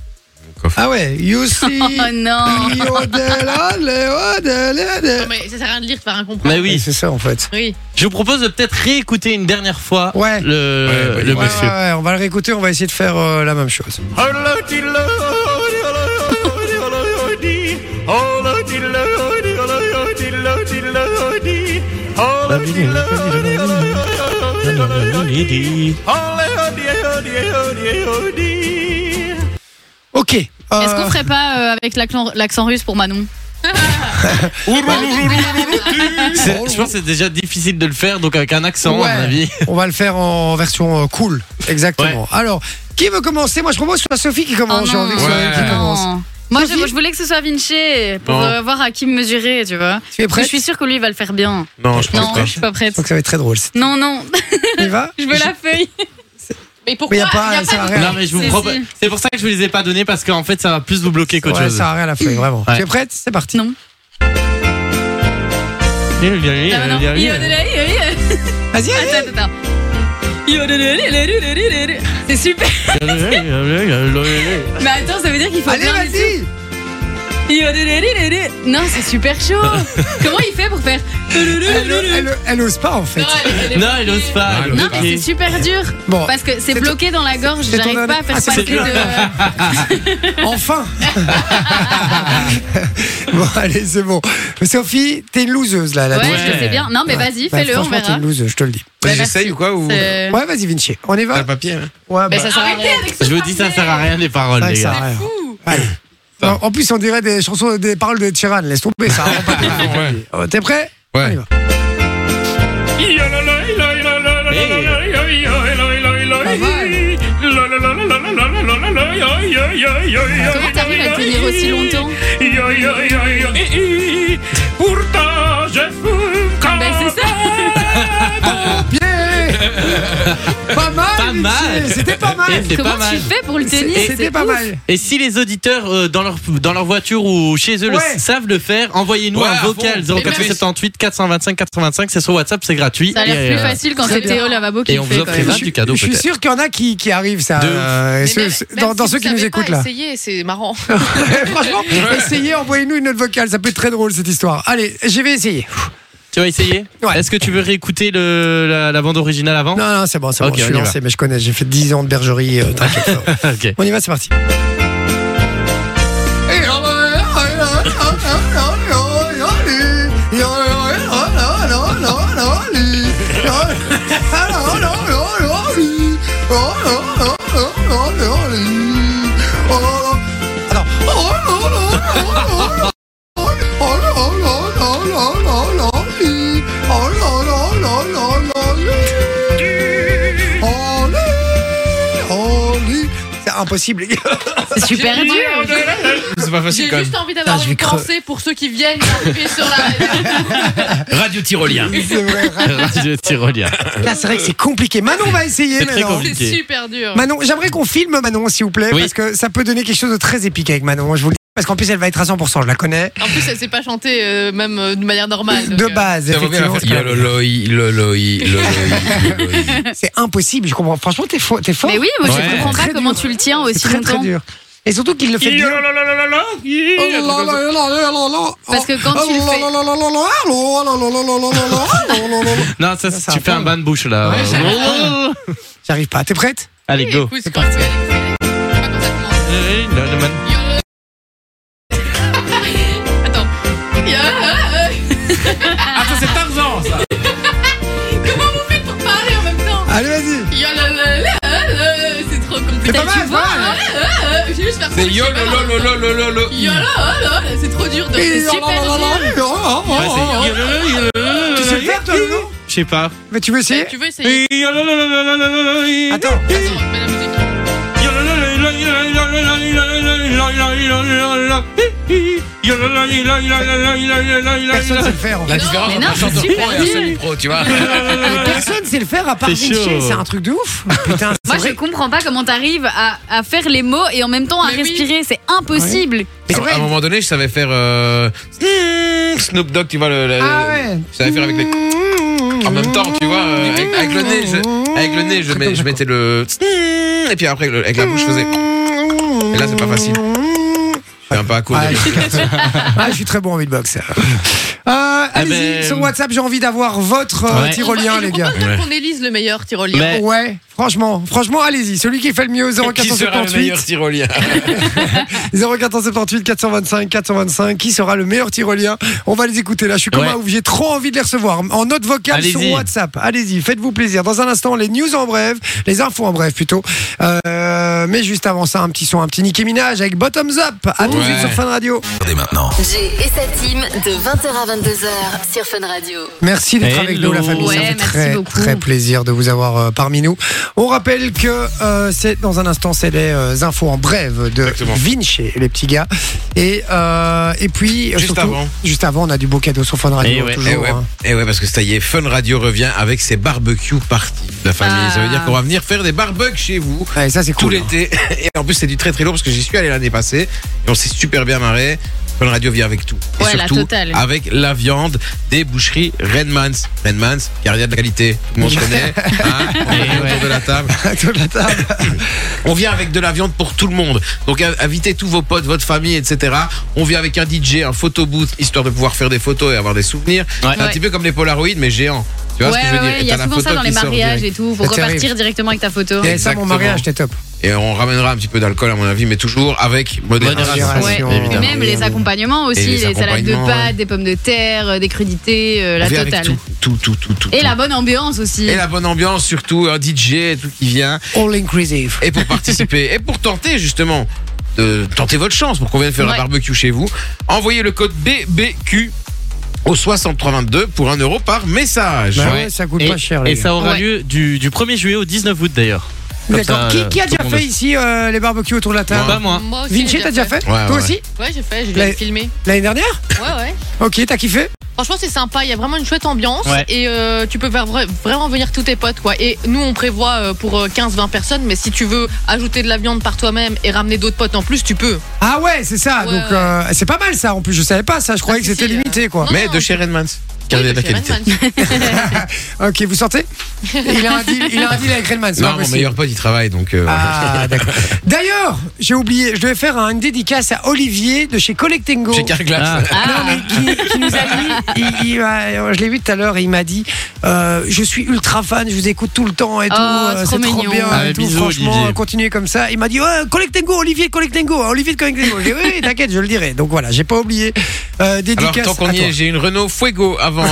Ah ouais, you see.
Oh non.
Non, mais ça sert à rien de lire, tu vas rien comprendre.
Mais oui.
C'est ça en fait.
Oui.
Je vous propose de peut-être réécouter une dernière fois
Ouais.
le, le
Ouais,
monsieur.
ouais, ouais, on va le réécouter, on va essayer de faire euh, la même chose. Ok.
Est-ce qu'on ferait pas euh, avec l'accent l'accent russe pour Manon
C'est- Je pense que c'est déjà difficile de le faire, donc avec un accent,
Ouais.
à mon avis.
On va le faire en version euh, cool. Exactement. Alors, qui veut commencer Moi, je propose que ce soit Sophie qui
Oh
commence. J'ai
non.
envie que ce soit elle qui
Non.
commence.
Moi, je,
Sophie
je voulais que ce soit Vinci pour
Bon.
euh, voir à qui me mesurer, tu vois.
Tu
Parce que
es prête
Je suis sûre que lui il va le faire bien.
Non, je
Non,
pense pas.
je suis pas prête.
Je crois que ça va être très drôle. c'est-
Non, non,
On y va
je veux la feuille.
Mais
Mais
pourquoi
y a pas-
y
ça sert à rien.
Non, mais je vous
Si,
propose.
si.
C'est pour ça que je vous les ai pas donnés parce qu'en fait, ça va plus vous bloquer qu'autre
Ouais, ça
chose.
sert à rien la feuille, vraiment.
Ouais.
Tu es prête C'est parti.
Non. Ah, non.
Vas-y, allez.
Attends, attends. C'est super. Mais attends, ça veut dire qu'il faut
Allez,
bien les sous-
vas-y
Non, c'est super chaud. Comment il fait pour faire
elle, elle- elle ose pas en fait.
Non, elle- elle-
Non, il ose pas.
Non, mais c'est super dur.
Bon,
Parce que c'est
C'est
bloqué dans la gorge,
c'est ton
j'arrive pas à
honneur. Ah,
faire
c'est
passer
bloqué.
de.
enfin Bon, allez, c'est bon. Sophie, t'es une loseuse là. là
Ouais,
Ouais.
je sais bien. Non, mais
Ouais.
vas-y,
Bah,
fais-le, on
Franchement, t'es
verra.
une loseuse, je te le dis.
Bah,
J'essaye ou quoi ou...
C'est-
Ouais, vas-y, Vinci, on y
T'as
va
le papier hein
Ouais,
Mais
bah,
Ben, ça sert
Ah,
à rien.
Je vous dis, ça sert à rien les paroles,
c'est
les
vrai que ça
gars.
a rien. Allez. En- En plus, on dirait des chansons, des paroles de Tiran. Laisse tomber, ça. rend pas bien.
Ouais.
Euh, T'es prêt On y
Ouais.
va.
Comment t'arrives à le tenir aussi longtemps Ben, c'est ça.
Bien Pas mal,
Pas
Vinci,
mal.
C'était pas mal
Et c'est
Comment
pas
tu
mal.
fais pour le tenir
C'était pas mal
Et si les auditeurs euh, dans, leur, dans leur voiture ou chez eux le
Ouais.
savent le faire, envoyez-nous
Ouais, à
un
fond.
vocal
Et
0478 425 425, c'est sur WhatsApp, c'est gratuit.
Ça a l'air
Et,
plus
euh,
facile quand
très
c'est
bien.
Théo Lavabo qui
Et
le
on
fait.
vous
quand même.
offrira du cadeau
Je suis
peut-être.
sûr qu'il y en a qui, qui arrivent ça.
De
euh, et
Mais
ceux-
même-
ceux-
même
dans
si
dans
vous
ceux qui nous
savez pas
écoutent là.
essayer, c'est marrant.
Franchement, essayez, envoyez-nous une note vocale. Ça peut être très drôle cette histoire. Allez, je vais essayer.
Tu vas essayer
Ouais.
Est-ce que tu veux réécouter le, la, la bande originale avant
Non, non, c'est bon, c'est
Ok,
bon. Je suis
on y va.
lancé, mais je connais. J'ai fait 10 ans de bergerie. euh, t'inquiète.
Ok.
On y va, c'est parti. C'est impossible, les gars.
C'est super
J'ai-
dur.
C'est pas facile
J'ai
quand même.
juste envie d'avoir
Putain, Ah, je
une
vais creux.
pensée pour ceux qui viennent appuyer sur la.
Radio Tyrolien.
C'est vrai.
Radio Tyrolien.
Là, c'est vrai que c'est compliqué. Manon va essayer
C'est très
maintenant.
compliqué.
C'est super dur.
Manon, j'aimerais qu'on filme Manon, s'il vous plaît,
Oui.
parce que ça peut donner quelque chose de très épique avec Manon. hein, Je vous le dis, parce qu'en plus, elle va être à 100%, je la connais.
En plus, elle sait pas chanter euh, même euh, de manière normale. donc,
de
euh,
base,
Ça va bien
effectivement.
la faire.
c'est pas la-
Iloloi, iloloi, iloloi, iloloi.
C'est impossible, je comprends. Franchement, t'es fort. T'es fort.
Mais oui, moi
Ouais.
je comprends
Très
pas
dur.
comment tu le tiens
c'est
aussi
très très
longtemps.
dur. Et surtout qu'il le fait bien.
Parce que
Oh
quand tu le fais-
fais.
Non, ça, c'est-
Ça, ça
tu
va
fais
pas.
un bain de bouche là.
Ouais,
Oh.
J'arrive pas. T'es prête
Allez, go.
écoute, quand tu- Attends.
Ah, ça c'est Tarzan ça
Pour parler en même temps.
Allez, vas-y.
Yololololol, C'est trop
C'est
compliqué.
pas mal,
vois,
c'est
Euh, J'ai juste faire ça,
C'est
je sais pas vraiment.
yololololololo.
Yolololol, C'est trop dur. donc C'est super dur.
Oh,
pas mal. Tu sais le faire, toi, non
Je sais pas.
Mais tu veux essayer
Eh, Tu veux essayer
Attends.
Attends, mets la musique.
Personne sait le faire. en fait.
La différence
mais non,
entre un
c'est
chanteur
super
pro et un
dur.
semi-pro, tu vois.
Mais Personne sait le faire à part
C'est
Vinci.
chaud.
C'est un truc de ouf. Putain, c'est
Moi je
vrai.
comprends pas comment t'arrives à, à faire les mots et en même temps à
Mais oui.
respirer, c'est impossible.
Mais c'est
À
vrai.
un moment donné, je savais faire euh, hmm, Snoop Dogg, tu vois. Le, le-
Ah ouais.
Je savais faire avec les. En même temps, tu vois, euh, avec, avec le nez, je, avec le nez, je,
Très
mets-
comme
je
ça,
mettais le. Et puis après, avec le- avec la bouche, je faisais. Et là, c'est pas facile.
quoi.
T'es un peu à court de
Ah, je suis-
multiplication.
Ah, je suis très bon en beatbox. Euh,
Eh
Allez-y,
ben-
sur WhatsApp, j'ai envie d'avoir votre euh,
Ouais.
tyrolien, les gars.
Peut-être qu'on élise le meilleur tyrolien.
Ouais. Ouais, franchement, franchement, allez-y. Celui qui fait le mieux,
Qui sera le
0478.
meilleur tyrolien
0478 425 425 qui sera le meilleur tyrolien on va les écouter là je suis comme
Ouais.
un ouf j'ai trop envie de les recevoir en note vocale sur
Allez-y.
Whatsapp allez-y faites-vous plaisir dans un instant les news en bref les infos en bref plutôt Euh, mais juste avant ça un petit son un petit Nicki Minaj avec Bottoms Up à tout de suite
Ouais.
sur Fun Radio
Regardez maintenant.
Jay et sa team de 20h à 22h sur Fun Radio.
Merci
Eh.
d'être
Hello.
avec nous, la famille.
Ouais,
Ça fait
merci
très,
beaucoup.
très plaisir de vous avoir euh, parmi nous. On rappelle que euh, c'est dans un instant, c'est les euh, infos en brève de Vinci, les petits gars. Et, euh, et puis, euh,
Juste
surtout,
avant.
juste avant, on a du beau cadeau sur Fun Radio.
Eh ouais.
toujours,
Eh ouais.
hein.
Eh ouais, parce que ça y est, Fun Radio revient avec ses barbecues parties. La famille, ça veut dire qu'on va venir faire des barbecues chez vous
Ah. Ouais, ça, c'est
tout
cool. hein.
l'été. Et en plus, c'est du très très lourd parce que j'y suis allé l'année passée et on s'est super bien marré. Fun Radio vient avec tout. Et
Ouais, la
surtout
totale.
avec la viande des boucheries Redmans. Redmans, gardien de la qualité. Tout le monde connaît. hein, on est autour de la table.
Autour de la table.
On vient avec de la viande pour tout le monde. Donc euh, invitez tous vos potes, votre famille, etc. On vient avec un DJ, un photo booth, histoire de pouvoir faire des photos et avoir des souvenirs.
Ouais.
C'est un
Ouais.
petit peu comme les Polaroids, mais géants. Tu vois
ouais,
ce que je veux
ouais,
dire
ouais, il y
Et
a
t'as la
souvent ça
photo
dans les
qui sort
mariages
direct.
et tout. Faut
Ça t'arrive.
repartir directement avec ta photo.
Et ça, mon
Exactement.
mariage, c'était top.
Et on ramènera un petit peu d'alcool, à mon avis, mais toujours avec modération.
Modération.
Ouais,
Évidemment.
et même les accompagnements aussi,
Et les
les, salades de
accompagnements,
pâtes,
ouais.
des pommes de terre, euh, des crudités, euh,
On
la
vient avec
totale.
tout, tout, tout, tout, tout.
Et
tout.
la bonne ambiance aussi.
Et la bonne ambiance, surtout un DJ et tout qui vient.
All inclusive.
Et pour participer, et pour tenter justement de tenter votre chance pour qu'on vienne faire un
Ouais.
barbecue chez vous, envoyez le code BBQ au 6322 pour 1 euro par message.
Bah ouais, ça coûte
Et,
pas cher,
et
les gars.
ça aura
Ouais.
lieu du, du 1er juillet au 19 août d'ailleurs. Comme ça,
D'accord. Qui,
euh,
qui a
tout
déjà
le monde
fait ici euh, les barbecues autour de la
Pas
table
moi.
Moi aussi,
Vinci,
j'ai
t'as déjà fait,
Ouais,
Toi
ouais.
aussi
Ouais, j'ai fait, j'ai
Mais-
filmé.
L'année dernière
Ouais, ouais.
Ok, t'as kiffé
Franchement, c'est sympa. Il y a vraiment une chouette ambiance.
Ouais.
Et euh, tu peux faire vra- vraiment venir tous tes potes, quoi. Et nous, on prévoit euh, pour euh, 15-20 personnes. Mais si tu veux ajouter de la viande par toi-même et ramener d'autres potes en plus, tu peux.
Ah ouais, c'est ça.
Ouais,
Donc,
ouais.
euh, c'est pas mal ça. En plus, je savais pas ça. Je croyais
Ah,
que
si,
c'était
si, euh,
limité, quoi.
non,
Mais
non,
de
tu-
chez Redmans.
Oui,
Gardez la
chez
qualité.
Redman.
Ok, vous sortez Il a un deal, il a un deal avec Redman, Ah, c'est pas
Non, mon
possible.
meilleur pote, il travaille donc. euh,
Ah, d'accord. D'ailleurs, j'ai oublié, je devais faire un- une dédicace à Olivier de chez Collectengo.
Chez Carglass.
Non,
Ah.
mais qui, qui nous a dit, il- il m'a- je l'ai vu tout à l'heure et il m'a dit euh, Je suis ultra fan, je vous écoute tout le temps et tout,
Oh,
euh,
trop
c'est trop
mignon.
bien
Ah,
et tout,
bisous,
franchement,
Olivier.
continuez comme ça. Il m'a dit ouais, Collectengo, Olivier, de Collectengo, hein, Olivier de Collectengo. J'ai dit Oui, oui, t'inquiète, je le dirai. Donc voilà, j'ai pas oublié. Euh,
Alors,
dédicace
tant qu'on
à
y
toi.
est, j'ai une Renault Fuego à vendre.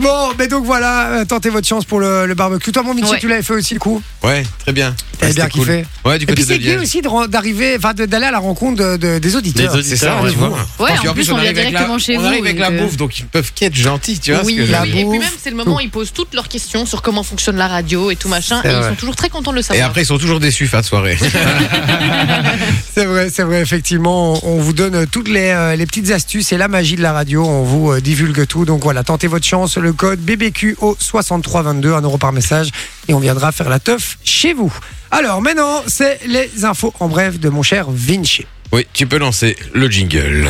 Bon, mais donc voilà, euh, tentez votre chance pour le, le barbecue. Toi, mon Vinci,
Ouais.
tu l'avais fait aussi le coup.
ouais, très bien.
T'as
Ouais,
bien
c'était cool.
kiffé.
Ouais, du
Et puis
côté de
c'est gay
Liège.
aussi de ren- d'arriver, enfin de- d'aller à la rencontre de- de- des
Les
auditeurs.
auditeurs,
C'est ça,
ouais,
tu
je vois.
vois.
Ouais,
Parce
en
qu'en
plus, on
arrive
vient
avec la-
directement chez
On
vous,
arrive avec la
donc, euh,
bouffe, donc ils peuvent qu'être gentils, tu vois.
Oui,
ce que je veux
la
dire.
Oui, et puis
bouffe,
même, c'est le moment où ils posent toutes leurs questions sur comment fonctionne la radio et tout machin.
C'est
Et ils
vrai.
sont toujours très contents de le
Et
savoir.
après, ils sont toujours déçus fin de soirée.
C'est vrai, c'est vrai, effectivement. On on vous donne toutes les, euh, les petites astuces et la magie de la radio. On vous euh, divulgue tout. Donc voilà, tentez votre chance. Le code BBQO 6322, 1 euro par message. Et on viendra faire la teuf chez vous. Alors maintenant, c'est les infos en bref de mon cher Vinci.
Oui, tu peux lancer le jingle.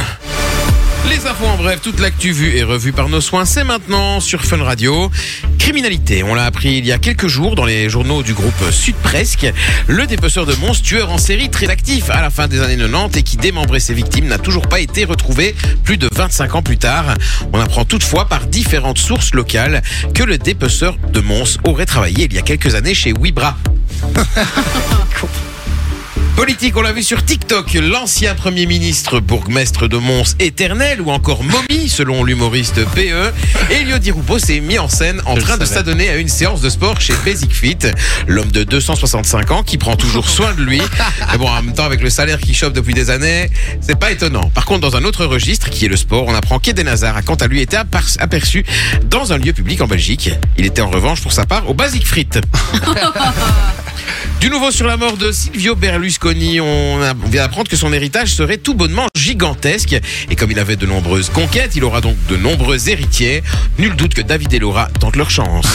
Les infos en bref, toute l'actu vue et revue par nos soins, c'est maintenant sur Fun Radio. Criminalité, on l'a appris il y a quelques jours dans les journaux du groupe Sud Presque. Le dépeceur de Mons, tueur en série très actif à la fin des années 90 et qui démembrait ses victimes, n'a toujours pas été retrouvé plus de 25 ans plus tard. On apprend toutefois par différentes sources locales que le dépeceur de Mons aurait travaillé il y a quelques années chez Wibra. Politique, on l'a vu sur TikTok, l'ancien Premier ministre, bourgmestre de Mons éternel ou encore momie, selon l'humoriste PE, Elio Di Rupo s'est mis en scène en
Je le
train de
savais.
s'adonner à une séance de sport chez Basic Fit. L'homme de 265 ans qui prend toujours soin de lui. Mais bon, en même temps, avec le salaire qu'il chope depuis des années, c'est pas étonnant. Par contre, dans un autre registre, qui est le sport, on apprend qu'Eden Hazard a quant à lui été apar- aperçu dans un lieu public en Belgique. Il était en revanche, pour sa part, au Basic Fit. Du nouveau sur la mort de Silvio Berlusconi, on, a- on vient d'apprendre que son héritage serait tout bonnement gigantesque. Et comme il avait de nombreuses conquêtes, il aura donc de nombreux héritiers. Nul doute que David et Laura tentent leur chance.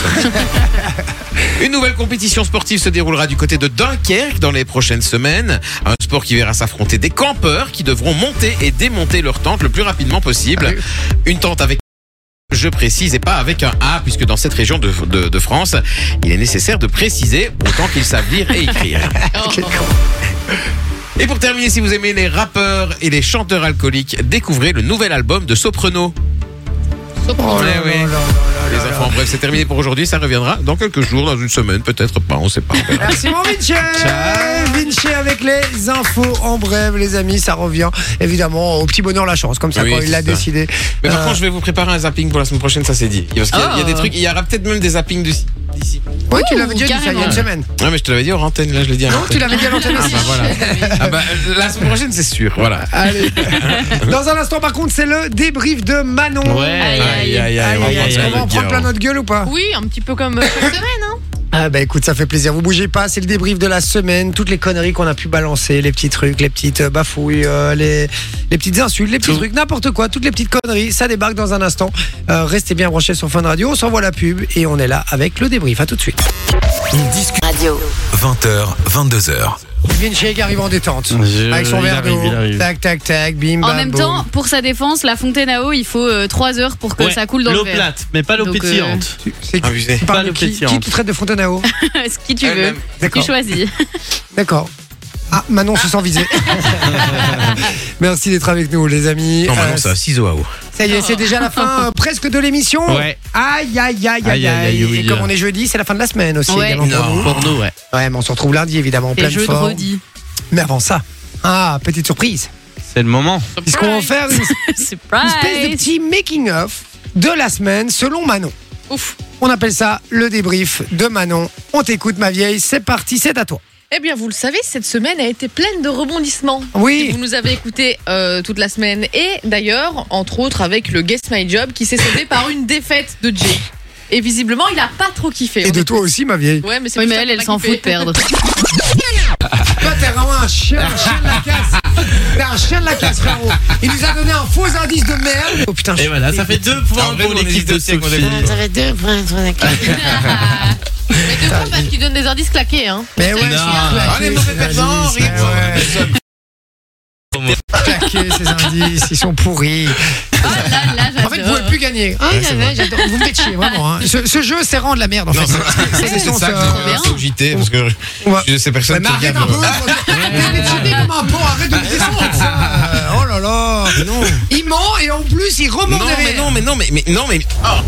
Une nouvelle compétition sportive se déroulera du côté de Dunkerque dans les prochaines semaines. Un sport qui verra s'affronter des campeurs qui devront monter et démonter leur tente le plus rapidement possible. Une tente avec je précise, et pas avec un A, puisque dans cette région de, de- de France, il est nécessaire de préciser autant qu'ils savent lire et écrire.
Oh.
Et pour terminer, si vous aimez les rappeurs et les chanteurs alcooliques, découvrez le nouvel album de Soprano.
Soprano.
Eh
Oh
oui. Les enfants, bref, c'est terminé pour aujourd'hui. Ça reviendra dans quelques jours, dans une semaine, peut-être pas, on sait pas.
Merci mon Vinci Vinci avec les infos en brève, les amis, ça revient évidemment au petit bonheur la chance, comme ça
Oui,
quand il
c'est
l'a
ça.
décidé.
Mais par
Euh,
contre, je vais vous préparer un zapping pour la semaine prochaine, ça c'est dit. Parce qu'il y, a- il y a des trucs, il y aura peut-être même des zappings d'ici.
Ouais, tu l'avais déjà dit ça il y a une semaine.
Ouais, mais je te l'avais dit en antenne, là, je l'ai dit. Non,
tu l'avais dit à l'antenne
Ah
aussi.
bah voilà. Ah bah, euh, la semaine prochaine, c'est sûr, voilà.
Allez. Dans un instant, par contre, c'est le débrief de Manon.
Ouais. Aïe, aïe, aïe,
Aïe,
on va
aïe,
prendre
aïe.
plein
On va en
notre
prendre
gueule.
plein notre gueule ou pas
Oui, un petit peu comme euh, chaque semaine. Hein.
Ah bah écoute, ça fait plaisir. Vous bougez pas, c'est le débrief de la semaine, toutes les conneries qu'on a pu balancer, les petits trucs, les petites euh, bafouilles, euh, les, les petites insultes, les petits trucs, n'importe quoi, toutes les petites conneries, ça débarque dans un instant. Euh, restez bien branchés sur Fun Radio, on s'envoie la pub et on est là avec le débrief. À tout de suite.
On discute.
Radio.
20h, 22h.
Vinci qui arrive en détente
Je-
avec son
il
verre
arrive,
d'eau.
il arrive.
Tac tac tac, bim
En
bam,
même
boum.
temps, pour sa défense, la fontaine à eau, il faut 3 heures pour que
Ouais,
ça coule dans le
L'eau
verre.
plate, mais pas l'eau
Donc, euh,
pétillante. Ah,
C'est
abusé.
tu
Pas
parles de
l'eau
qui, qui
pétillante.
te traite de fontaine à eau
Ce qui tu veux.
Elle-même.
Tu
D'accord.
choisis.
D'accord. Ah, Manon se sent visée. Merci d'être avec nous, les amis.
Non, bah
Euh,
non, ça, ciseaux à eau.
Ça y est, c'est déjà la fin euh, presque de l'émission.
Ouais.
Aïe, aïe, aïe, aïe,
Aïe, aïe, aïe,
aïe. Et
oui.
comme on est jeudi, c'est la fin de la semaine aussi.
Ouais.
également pour nous.
Pour nous, ouais.
Ouais, mais on se retrouve lundi, évidemment, en
Et
pleine
je
forme.
redis.
Mais avant ça, ah, petite surprise.
C'est le moment.
Puisqu'on va faire une, une espèce de
Surprise
petit making-of de la semaine selon Manon.
Ouf.
On appelle ça le débrief de Manon. On t'écoute, ma vieille. C'est parti, c'est à toi.
Eh bien, vous le savez, cette semaine a été pleine de rebondissements.
Oui.
Si vous nous avez écouté toute la semaine. Et d'ailleurs, entre autres, avec le Guess My Job qui s'est soldé par une défaite de Jay. Et visiblement, il a pas trop kiffé.
Et de toi aussi, ma vieille.
Ouais, mais c'est
Oui,
pour
mais
ça
elle,
qu'on
elle
a
s'en
kiffé.
fout de perdre.
Toi, t'es vraiment un chien, un chien de la casse. T'es un chien de la casse, frérot. Il nous a donné un faux indice de merde. Oh putain, je
Et
suis
voilà, ça fait deux points
En vrai,
pour
nous, on
l'équipe
hésite
de
aussi avec mon
Sophie.
débrief.
fait deux points sur la
Mais de quoi Parce qu'il donne des indices claqués. Hein.
Ah, Mais ouais,
Non.
je suis claqué,
Allez, Ah, mauvais
ces
perdant,
indices,
Henri.
mais ouais, claqué, ces indices, ils sont pourris.
Oh là là,
En fait, vous
j'adore.
pouvez plus gagner. Ah, j'adore, j'adore. vous me faites chier, vraiment. hein. Ce, ce jeu, c'est rendre la merde, en fait. C'est-
C'est
c'est son-
ça
son-
trop bien.
que j'ai jeté parce que
on va-
je sais personne
Ouais, mais
qui
arrête
gagne.
un peu. T'es déchiqueté comme un porc, arrête de me descendre, ça. Euh, Oh là là. Non. Il ment et en plus, il remonte
Non, mais
derrière.
non, mais non, mais, mais- non, mais. ah,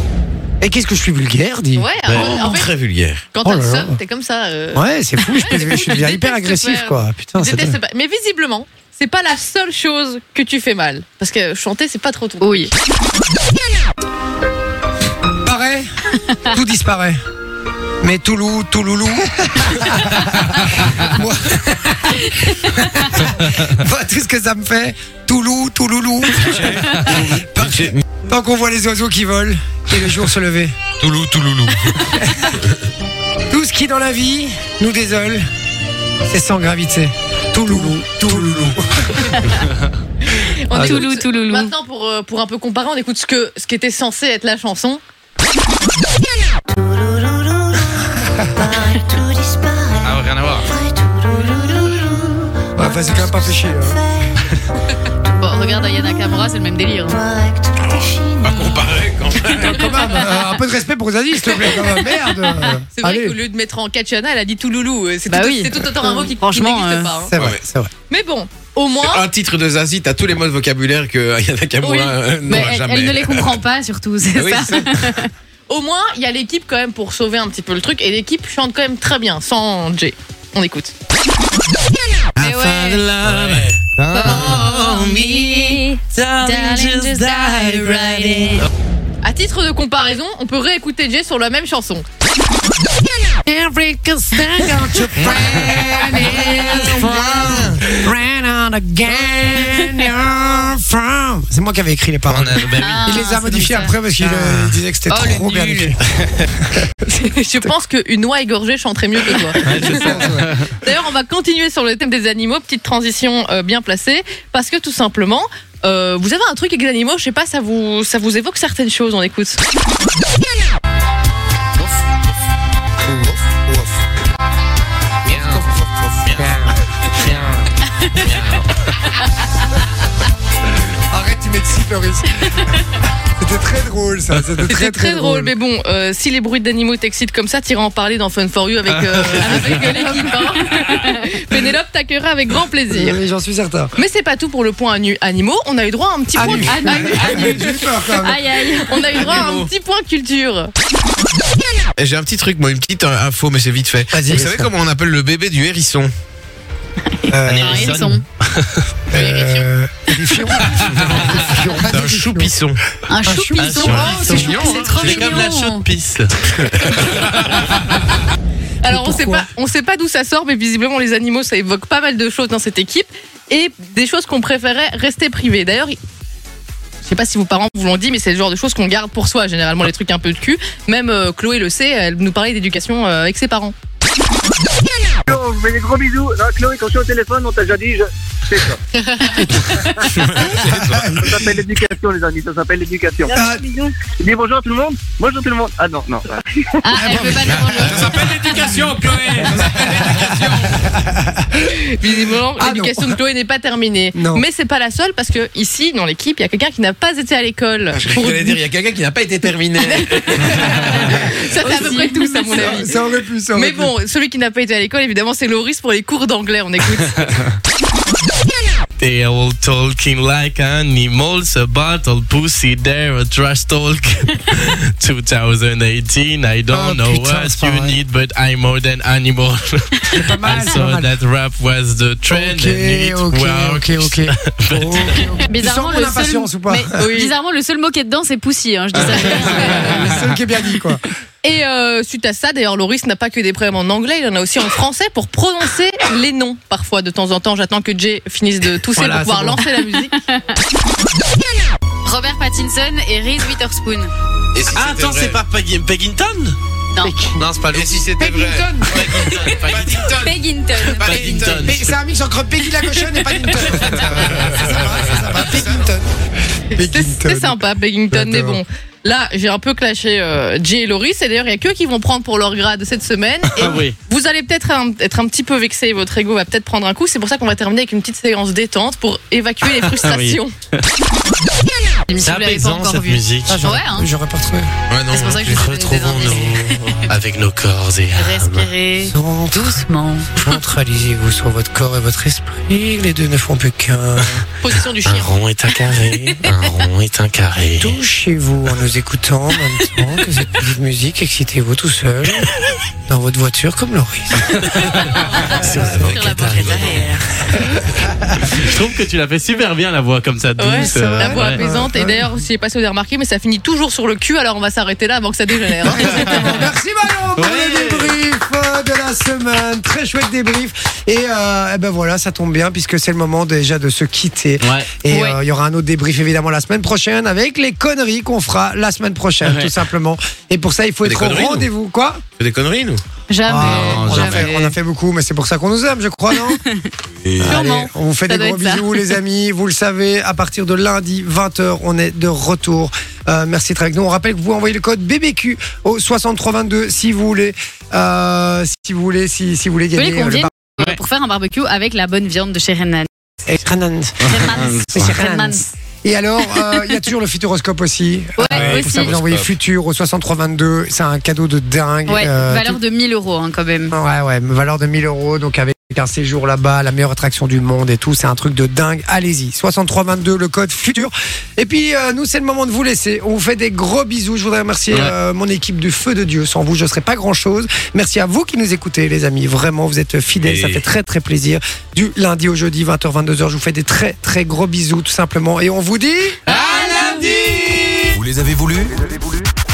Et qu'est-ce que je suis vulgaire, dit
Ouais, en fait,
très vulgaire.
quand
Oh
t'as le
là là.
seum, t'es comme ça. euh,
Ouais, c'est fou, je, peux- je suis
déteste
hyper agressif,
faire-
quoi. Putain,
je
c'est
déteste pas. Mais visiblement, c'est pas la seule chose que tu fais mal. Parce que chanter, c'est pas trop ton.
Oui.
disparaît, tout disparaît. Mais Toulouse, Touloulou. Moi... Voilà tout ce que ça me fait. Toulou, Touloulou. Tant qu'on voit les oiseaux qui volent et le jour se lever.
Toulou, touloulou.
Tout ce qui dans la vie nous désole, c'est sans gravité. Touloulou, Touloulou.
Ah,
On écoute-
Touloulou, touloulou.
Maintenant, pour, euh, pour un peu comparer, on écoute ce, que, ce qui était censé être la chanson.
Tout disparaît,
Ah, rien à voir.
Ouais, enfin, c'est quand même Ah, pas fait chier. hein.
Bon, regarde Ayana Kamura, c'est le même délire. hein.
Pas comparé quand même.
Quand même, euh, un peu de respect pour les indices, s'il te plaît. quand même. Merde.
C'est vrai
Allez.
qu'au lieu de mettre en Kachana, elle a dit Touloulou. Euh, C'est
Bah
tout,
oui.
c'est tout autant un mot qui, qui
Franchement,
n'existe
euh,
pas. hein.
C'est vrai,
Ouais.
c'est vrai.
Mais bon, au moins.
Un titre de Zazie, t'as tous les modes vocabulaire que Ayana Kamura
Oui.
euh,
Mais
n'aura
elle,
jamais.
elle ne les comprend pas, surtout,
Ah
c'est
oui,
ça.
c'est ça.
Au moins, il y a l'équipe quand même pour sauver un petit peu le truc. Et l'équipe chante quand même très bien, sans Jay. On écoute.
Mais ouais. Darling, just die right in.
À titre de comparaison, on peut réécouter Jay sur la même chanson.
Every thing on your friend is from Ran out again you're from C'est moi qui avais écrit les paroles.
Ah,
Il les a
c'est
modifiés
comme ça.
après parce qu'il euh, il disait que c'était
Oh, le
trop bien
nul.
écrit.
Je pense qu'une oie égorgée chanterait mieux que toi. D'ailleurs, on va continuer sur le thème des animaux. Petite transition euh, bien placée. Parce que tout simplement, euh, vous avez un truc avec les animaux. Je sais pas, ça vous, ça vous évoque certaines choses. On écoute.
Arrête, tu mets de Floris. C'était très drôle, ça. C'était
C'était
très, très drôle.
mais bon, euh, si les bruits d'animaux t'excitent comme ça, t'iras en parler dans Fun for You avec,
Ah.
euh, avec l'équipe. hein. Pénélope t'accueillera avec grand plaisir.
Oui, J'en suis certain.
Mais c'est pas tout pour le point anu- animaux. On a eu droit à un petit point.
Anu.
Anu.
Anu, j'ai eu peur, quand même.
Aïe aïe. On a eu droit à un petit point culture.
Et J'ai un petit truc, moi, une petite euh, info, mais c'est vite fait.
Vas-y.
Vous savez comment on appelle le bébé du hérisson
Euh,
Un hérisson.
euh, Fion.
C'est un choupisson.
Un
Ah, choupisson.
choupisson.
Oh, c'est
mignon,
C'est trop
C'est comme la chaude
mignon.
pisse.
Alors on sait
pourquoi
pas, on sait pas d'où ça sort, mais visiblement les animaux ça évoque pas mal de choses dans cette équipe et des choses qu'on préférait rester privées. D'ailleurs. Je sais pas si vos parents vous l'ont dit, mais c'est le genre de choses qu'on garde pour soi, généralement les trucs un peu de cul. Même euh, Chloé le sait, elle nous parlait d'éducation euh, avec ses parents.
Yo, on vous met des gros bisous. Non, Chloé, quand je suis au téléphone, on t'a déjà dit, je... c'est ça. ça s'appelle l'éducation, les amis, ça s'appelle l'éducation.
Ah,
Dis bonjour à tout le monde Bonjour tout le monde Ah non, non.
Ah, elle veut pas dire bonjour.
Visiblement,
Ah,
l'éducation de Chloé n'est pas terminée.
Non.
Mais c'est pas la seule parce que ici, dans l'équipe, il y a quelqu'un qui n'a pas été à l'école.
Ah,
Pour-
J'allais dire, il y a quelqu'un qui n'a pas été terminé.
Ça, c'est à peu près tout, ça, à mon avis.
Ça aurait pu, ça aurait
Mais
pu.
bon, celui qui n'a pas été à l'école, évidemment, c'est Loris pour les cours d'anglais. On écoute.
They all talking like animals, a bottle pussy there, a trash talk. 2018, I don't
Oh,
know
putain,
what
c'est pas
you
vrai.
need, but I'm more than animal.
pas mal,
I
c'est pas
saw
mal.
that rap was the trend and it
Ok, ok, ok,
works.
ok. Oh. Ok, ok. Tu
Bizarrement,
sens mon
le seul-
impatience ou pas
mais- Bizarrement, le seul mot qui est dedans, c'est poussier. hein, je dis ça.
C'est le qui est bien dit, quoi.
Et euh, suite à ça, d'ailleurs, Loris n'a pas que des problèmes en anglais, il en a aussi en français pour prononcer les noms parfois de temps en temps. J'attends que Jay finisse de tousser
Voilà,
pour pouvoir lancer
c'est bon.
la musique.
Robert Pattinson et Reese Witherspoon.
Et si
Ah,
c'était
attends,
vrai
c'est pas Peggy- Peggington
Non.
Non, c'est pas lui.
Et si c'était vrai Paddington.
Peggington.
Paddington.
Mais C'est un mix entre Peggy la cochonne et Paddington. C'est sympa, c'est sympa. Paddington.
C'est-
Paddington.
C'est sympa, Beggington, mais
J'adore.
bon. Là, j'ai un peu clashé euh, Jay et Loris, et d'ailleurs, il y a qu'eux qui vont prendre pour leur grade cette semaine. Et
Ah oui.
Vous allez peut-être un- être un petit peu vexé, votre ego va peut-être prendre un coup. C'est pour ça qu'on va terminer avec une petite séance détente pour évacuer
Ah
les frustrations.
C'est
L'émission, vous l'avez pas
apaisant
encore
cette
vue.
musique.
Ah, j'aurais-
Ouais, hein.
J'aurais pas retrouvé.
Ouais, non.
C'est pour ça que je vous donne des indices.
Retrouvons-nous avec nos corps et âmes.
Respirez
Rentre-
doucement.
Centralisez-vous sur votre corps et votre esprit. Les deux ne font plus qu'un.
Position du
Un
chien.
rond est un carré, un rond est un carré.
Touchez-vous en nous écoutant en même temps que cette petite musique. Excitez-vous tout seul. Dans votre voiture comme Loris.
Sur la banquette arrière. Je trouve que tu l'as fait super bien la voix comme ça douce.
Ouais,
euh,
la voix
ouais.
apaisante. Et d'ailleurs, si j'ai pas si vous avez remarqué, mais ça finit toujours sur le cul, alors on va s'arrêter là avant que ça dégénère. hein.
Merci Manon pour le débrief euh, de la semaine. Très chouette débrief. Et, euh, eh ben voilà, ça tombe bien puisque c'est le moment déjà de se quitter.
Ouais.
Et euh, il
Ouais.
y aura un autre débrief évidemment la semaine prochaine avec les conneries qu'on fera la semaine prochaine
Ouais.
tout simplement. Et pour ça, il faut
Des
être au
conneries, nous.
rendez-vous. Quoi
fait des conneries, nous
Jamais.
Ah, on, a fait, on a fait beaucoup, mais c'est pour ça qu'on nous aime, je crois, non Allez,
Sûrement.
On vous fait
Ça
des
doit
gros
être ça.
bisous, les amis. Vous le savez, à partir de lundi 20h, on est de retour. Euh, merci d'être avec nous. On rappelle que vous envoyez le code BBQ au 6322 si vous voulez, euh, si vous voulez, si, si vous voulez
voulez
gagner.
qu'on
euh, le
vienne
bar-
Euh, Pour faire un barbecue avec la bonne viande de chez Renan.
Et Renan.
Renan's.
C'est
Renan's.
Et alors, euh, il y a toujours le futuroscope aussi.
Ouais,
Euh, pour
aussi.
ça, vous envoyez futur au 6322. C'est un cadeau de dingue.
Ouais,
Euh,
valeur de 1000 euros hein, quand même.
Ouais, ouais, valeur de 1000 euros, donc avec un séjour là-bas, la meilleure attraction du monde et tout, c'est un truc de dingue. Allez-y, 6322, le code futur. Et puis, euh, nous, c'est le moment de vous laisser. On vous fait des gros bisous. Je voudrais remercier
Ouais.
euh, mon équipe du Feu de Dieu. Sans vous, je ne serais pas grand-chose. Merci à vous qui nous écoutez, les amis. Vraiment, vous êtes fidèles,
Et-
ça fait très, très plaisir. Du lundi au jeudi, 20h, 22h, je vous fais des très, très gros bisous, tout simplement. Et on vous dit...
Vous les avez voulu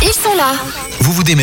Ils sont là.
Vous vous démerdez.